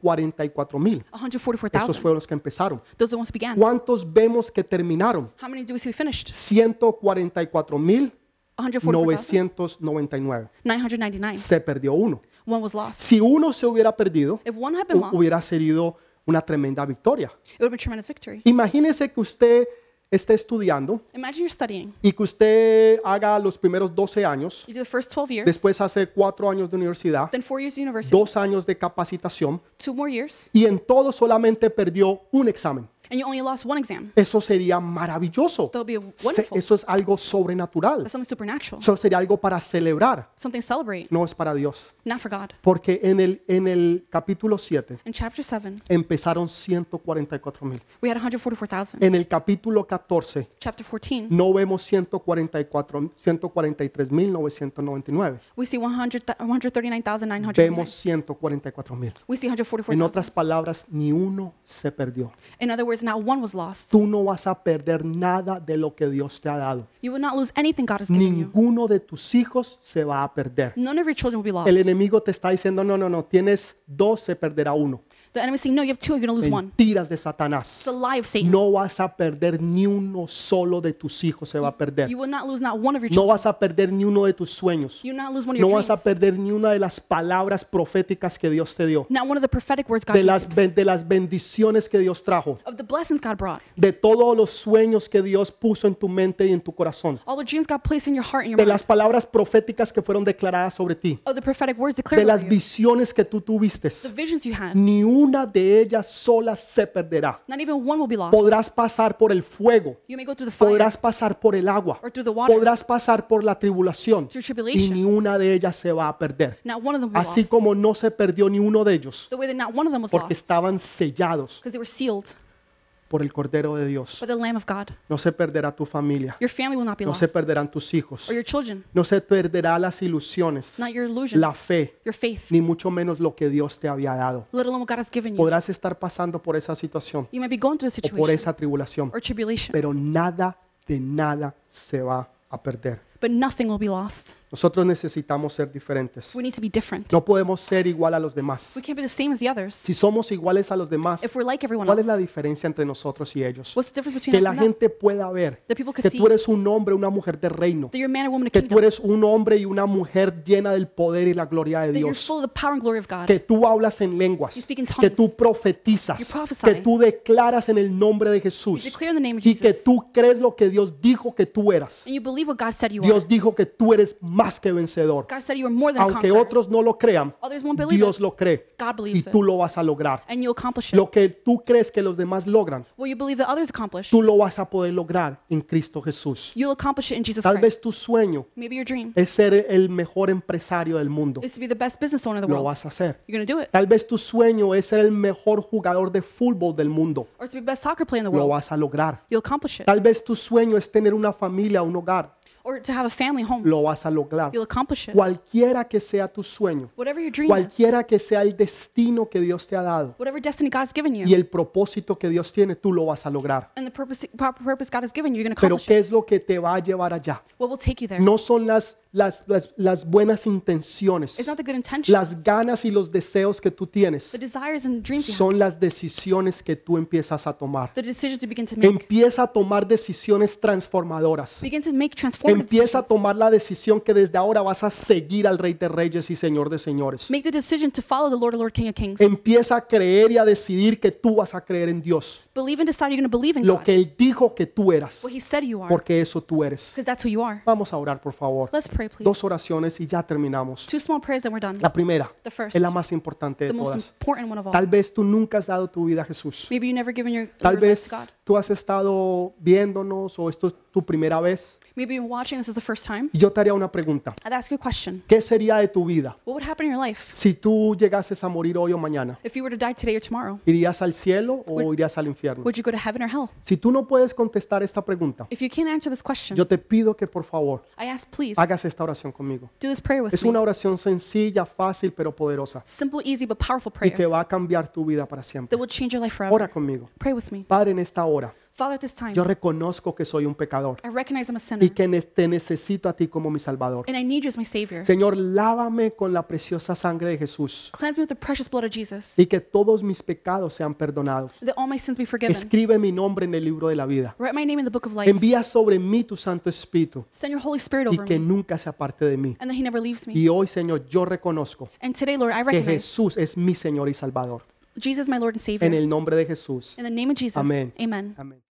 Speaker 1: 144 mil. Esos
Speaker 2: 144,000.
Speaker 1: fueron los que empezaron.
Speaker 2: Those are the ones who began.
Speaker 1: ¿Cuántos vemos que terminaron?
Speaker 2: How many do we see we finished?
Speaker 1: 144 mil
Speaker 2: 144,999.
Speaker 1: 999. Se perdió uno.
Speaker 2: One was lost.
Speaker 1: Si uno se hubiera perdido,
Speaker 2: If one had been
Speaker 1: hu-
Speaker 2: lost, it
Speaker 1: hubiera sido una tremenda victoria.
Speaker 2: would have been tremendous victory.
Speaker 1: Imagínese que usted esté estudiando
Speaker 2: Imagine you're studying.
Speaker 1: y que usted haga los primeros 12 años,
Speaker 2: You do the first 12 years,
Speaker 1: después hace 4 años de universidad,
Speaker 2: then four years of university,
Speaker 1: 2 años de capacitación
Speaker 2: two more years,
Speaker 1: y en todo solamente perdió un examen.
Speaker 2: and you only lost one exam.
Speaker 1: Eso sería maravilloso.
Speaker 2: That would be
Speaker 1: Se-
Speaker 2: wonderful.
Speaker 1: Eso es algo sobrenatural.
Speaker 2: That's something supernatural.
Speaker 1: Eso sería algo para celebrar.
Speaker 2: Something to celebrate.
Speaker 1: No es para Dios.
Speaker 2: Not for God.
Speaker 1: Porque en el, en el capítulo 7
Speaker 2: In chapter 7,
Speaker 1: empezaron 144 mil.
Speaker 2: we had 144,000.
Speaker 1: En el capítulo 14
Speaker 2: Chapter 14,
Speaker 1: no vemos 144, 143 mil 999.
Speaker 2: we see 100
Speaker 1: Vemos
Speaker 2: 139,900.
Speaker 1: 144 mil.
Speaker 2: We see
Speaker 1: En
Speaker 2: 144,000.
Speaker 1: otras palabras, ni uno se perdió.
Speaker 2: In other words, not one was lost.
Speaker 1: Tú no vas a perder nada de lo que Dios te ha dado.
Speaker 2: You would not lose anything God has given you.
Speaker 1: Ninguno de tus hijos se va a perder.
Speaker 2: None of your children will be lost.
Speaker 1: El enemigo te está diciendo, no, no, no, tienes dos, se perderá uno.
Speaker 2: The enemy is saying, no, you have two, you're going to lose one.
Speaker 1: Mentiras de
Speaker 2: It's
Speaker 1: Satanás.
Speaker 2: the lie of Satan.
Speaker 1: No vas a perder ni uno solo de tus hijos se va a perder.
Speaker 2: You will not lose not one of your
Speaker 1: No
Speaker 2: children.
Speaker 1: vas a perder ni uno de tus sueños.
Speaker 2: You will not lose one of
Speaker 1: No
Speaker 2: your
Speaker 1: vas a
Speaker 2: dreams.
Speaker 1: perder ni una de las palabras proféticas que Dios te dio.
Speaker 2: Not one of the prophetic words God
Speaker 1: De
Speaker 2: gave.
Speaker 1: las, ben- de las bendiciones que Dios trajo.
Speaker 2: Of the blessings God brought.
Speaker 1: De todos los sueños que Dios puso en tu mente y en tu corazón.
Speaker 2: All the dreams God placed in your heart and
Speaker 1: De
Speaker 2: your
Speaker 1: las
Speaker 2: mind.
Speaker 1: palabras proféticas que fueron declaradas sobre ti.
Speaker 2: Of the prophetic words declared
Speaker 1: De las
Speaker 2: over you.
Speaker 1: visiones que tú tuviste.
Speaker 2: The visions you had.
Speaker 1: Ni una de ellas sola se perderá.
Speaker 2: Not even one will be lost.
Speaker 1: Podrás pasar por el fuego.
Speaker 2: You may go through the fire
Speaker 1: Podrás pasar por el agua.
Speaker 2: or through the water,
Speaker 1: podrás pasar por la tribulación
Speaker 2: through
Speaker 1: y ni
Speaker 2: tribulation.
Speaker 1: una de ellas se va a perder.
Speaker 2: Not one of them will be
Speaker 1: Así
Speaker 2: lost.
Speaker 1: como no se perdió ni uno de ellos,
Speaker 2: The way that not one of them was
Speaker 1: porque
Speaker 2: lost.
Speaker 1: estaban sellados
Speaker 2: Because they were sealed
Speaker 1: por el Cordero de Dios.
Speaker 2: by the Lamb of God.
Speaker 1: No se perderá tu familia,
Speaker 2: Your family will not be
Speaker 1: no
Speaker 2: lost.
Speaker 1: se perderán tus hijos,
Speaker 2: Or your children.
Speaker 1: no se perderá las ilusiones,
Speaker 2: Not your illusions.
Speaker 1: la fe,
Speaker 2: Your faith.
Speaker 1: ni mucho menos lo que Dios te había dado.
Speaker 2: Let alone what God has given you.
Speaker 1: Podrás estar pasando por esa situación
Speaker 2: You might be going through a
Speaker 1: o por
Speaker 2: situation
Speaker 1: esa tribulación,
Speaker 2: or tribulation.
Speaker 1: pero nada de nada se va a perder.
Speaker 2: but nothing will be lost.
Speaker 1: Nosotros necesitamos ser diferentes.
Speaker 2: We need to be different.
Speaker 1: No podemos ser igual a los demás.
Speaker 2: We can't be the same as the others.
Speaker 1: Si somos iguales a los demás,
Speaker 2: If we're like everyone
Speaker 1: ¿cuál es la
Speaker 2: else,
Speaker 1: diferencia entre nosotros y ellos?
Speaker 2: what's the difference between
Speaker 1: Que
Speaker 2: us
Speaker 1: la
Speaker 2: and them?
Speaker 1: gente pueda ver
Speaker 2: That people can
Speaker 1: que tú
Speaker 2: see
Speaker 1: eres un hombre, una mujer de reino,
Speaker 2: that you're a man and woman of
Speaker 1: que tú
Speaker 2: kingdom,
Speaker 1: eres un hombre y una mujer llena del poder y la gloria de
Speaker 2: that you're
Speaker 1: Dios,
Speaker 2: full of the power and glory of God,
Speaker 1: que tú hablas en lenguas,
Speaker 2: You speak in
Speaker 1: que
Speaker 2: tongues.
Speaker 1: tú profetizas,
Speaker 2: You prophesy.
Speaker 1: que tú declaras en el nombre de Jesús
Speaker 2: declare in the name of
Speaker 1: y que
Speaker 2: Jesus.
Speaker 1: tú crees lo que Dios dijo que tú eras.
Speaker 2: and you believe what God said you are.
Speaker 1: Dios dijo que tú eres más que vencedor.
Speaker 2: God said you are more than a
Speaker 1: Aunque
Speaker 2: conqueror.
Speaker 1: otros no lo crean,
Speaker 2: Others won't believe
Speaker 1: Dios
Speaker 2: it.
Speaker 1: lo cree
Speaker 2: God
Speaker 1: y
Speaker 2: believes it.
Speaker 1: tú lo vas a lograr.
Speaker 2: And you'll accomplish it.
Speaker 1: Lo que tú crees que los demás logran,
Speaker 2: What you believe that others accomplish,
Speaker 1: tú lo vas a poder lograr en Cristo Jesús.
Speaker 2: you'll accomplish it in Jesus
Speaker 1: Tal
Speaker 2: Christ.
Speaker 1: vez tu sueño
Speaker 2: Maybe your dream
Speaker 1: es ser el mejor empresario del mundo.
Speaker 2: is to be the best business owner in the
Speaker 1: Lo
Speaker 2: world.
Speaker 1: vas a hacer.
Speaker 2: You're going to do it.
Speaker 1: Tal vez tu sueño es ser el mejor jugador de fútbol del mundo.
Speaker 2: Or to be the best soccer player in the
Speaker 1: Lo
Speaker 2: world.
Speaker 1: vas a lograr.
Speaker 2: You'll accomplish it.
Speaker 1: Tal vez tu sueño es tener una familia, un hogar.
Speaker 2: Or to have a family home.
Speaker 1: Lo vas a lograr.
Speaker 2: You'll accomplish it.
Speaker 1: Cualquiera que sea tu sueño,
Speaker 2: Whatever your dream is,
Speaker 1: cualquiera que sea el destino que Dios te ha dado
Speaker 2: whatever destiny God's given
Speaker 1: y
Speaker 2: you,
Speaker 1: el propósito que Dios tiene, tú lo vas a lograr.
Speaker 2: and the purpose, proper purpose God has given you, you're going to
Speaker 1: Pero
Speaker 2: accomplish it.
Speaker 1: ¿qué es lo que te va a llevar allá?
Speaker 2: What will take you there?
Speaker 1: no son las, las, las, las buenas
Speaker 2: It's
Speaker 1: intenciones,
Speaker 2: not the good intentions,
Speaker 1: las ganas y los deseos que tú tienes,
Speaker 2: the desires and dreams you have,
Speaker 1: son las decisiones que tú empiezas a tomar.
Speaker 2: the decisions you begin to make.
Speaker 1: Empieza a tomar decisiones transformadoras.
Speaker 2: Begin to make transformative
Speaker 1: Empieza a
Speaker 2: decisions.
Speaker 1: tomar la decisión que desde ahora vas a seguir al Rey de Reyes y Señor de Señores.
Speaker 2: Make the decision to follow the Lord, Lord, King of Kings.
Speaker 1: Empieza a creer y a decidir que tú vas a creer en Dios,
Speaker 2: Believe and decide you're going to believe in
Speaker 1: lo
Speaker 2: God.
Speaker 1: que Él dijo que tú eras,
Speaker 2: What He said you are,
Speaker 1: porque eso tú eres.
Speaker 2: because that's who you are.
Speaker 1: Vamos a orar, por favor.
Speaker 2: Let's pray, please.
Speaker 1: Dos oraciones y ya terminamos.
Speaker 2: Two small prayers and we're done.
Speaker 1: La primera
Speaker 2: The first.
Speaker 1: es la más importante de
Speaker 2: The most
Speaker 1: todas.
Speaker 2: important one of all.
Speaker 1: Tal vez tú nunca has dado tu vida a Jesús.
Speaker 2: Maybe you never given your,
Speaker 1: Tal
Speaker 2: your life to
Speaker 1: vez
Speaker 2: God.
Speaker 1: tú has estado viéndonos o esto es tu primera vez
Speaker 2: Maybe you've been watching this is the first time.
Speaker 1: Y yo te haría una pregunta.
Speaker 2: I'd ask you a question.
Speaker 1: ¿Qué sería de tu vida
Speaker 2: What would happen in your life
Speaker 1: si tú llegases a morir hoy o mañana?
Speaker 2: if you were to die today or tomorrow?
Speaker 1: ¿Irías al cielo o irías al infierno?
Speaker 2: Would you go to heaven or hell?
Speaker 1: Si tú no puedes contestar esta pregunta,
Speaker 2: If you can't answer this question,
Speaker 1: yo te pido que por favor
Speaker 2: I ask please
Speaker 1: hagas esta oración conmigo.
Speaker 2: do this prayer with
Speaker 1: Es
Speaker 2: me.
Speaker 1: una oración sencilla, fácil, pero poderosa
Speaker 2: Simple, easy, but powerful
Speaker 1: y
Speaker 2: prayer
Speaker 1: que va a cambiar tu vida para siempre.
Speaker 2: that will change your life
Speaker 1: Ora
Speaker 2: forever.
Speaker 1: conmigo.
Speaker 2: Pray with me.
Speaker 1: Padre, en esta hora,
Speaker 2: Father, at this time,
Speaker 1: yo reconozco que soy un pecador
Speaker 2: I recognize I'm
Speaker 1: y
Speaker 2: a sinner
Speaker 1: que ne- te necesito a ti como mi Salvador.
Speaker 2: and I need you as my Savior.
Speaker 1: Señor, lávame con la preciosa sangre de Jesús
Speaker 2: Cleanse me with the precious blood of Jesus
Speaker 1: y que todos mis pecados sean perdonados.
Speaker 2: that all my sins be forgiven.
Speaker 1: Escribe mi nombre en el libro de la vida.
Speaker 2: Write my name in the book of life.
Speaker 1: Envía sobre mí tu Santo Espíritu
Speaker 2: Send your Holy Spirit
Speaker 1: y
Speaker 2: over
Speaker 1: que
Speaker 2: me
Speaker 1: nunca se aparte de mí.
Speaker 2: and that He never leaves me.
Speaker 1: Y hoy, Señor, yo reconozco
Speaker 2: And today, Lord, I
Speaker 1: que
Speaker 2: recognize
Speaker 1: Jesús es mi Señor y Salvador.
Speaker 2: Jesus, my Lord and Savior.
Speaker 1: En el nombre de Jesús.
Speaker 2: In the name of Jesus.
Speaker 1: Amén.
Speaker 2: Amen.
Speaker 1: Amén.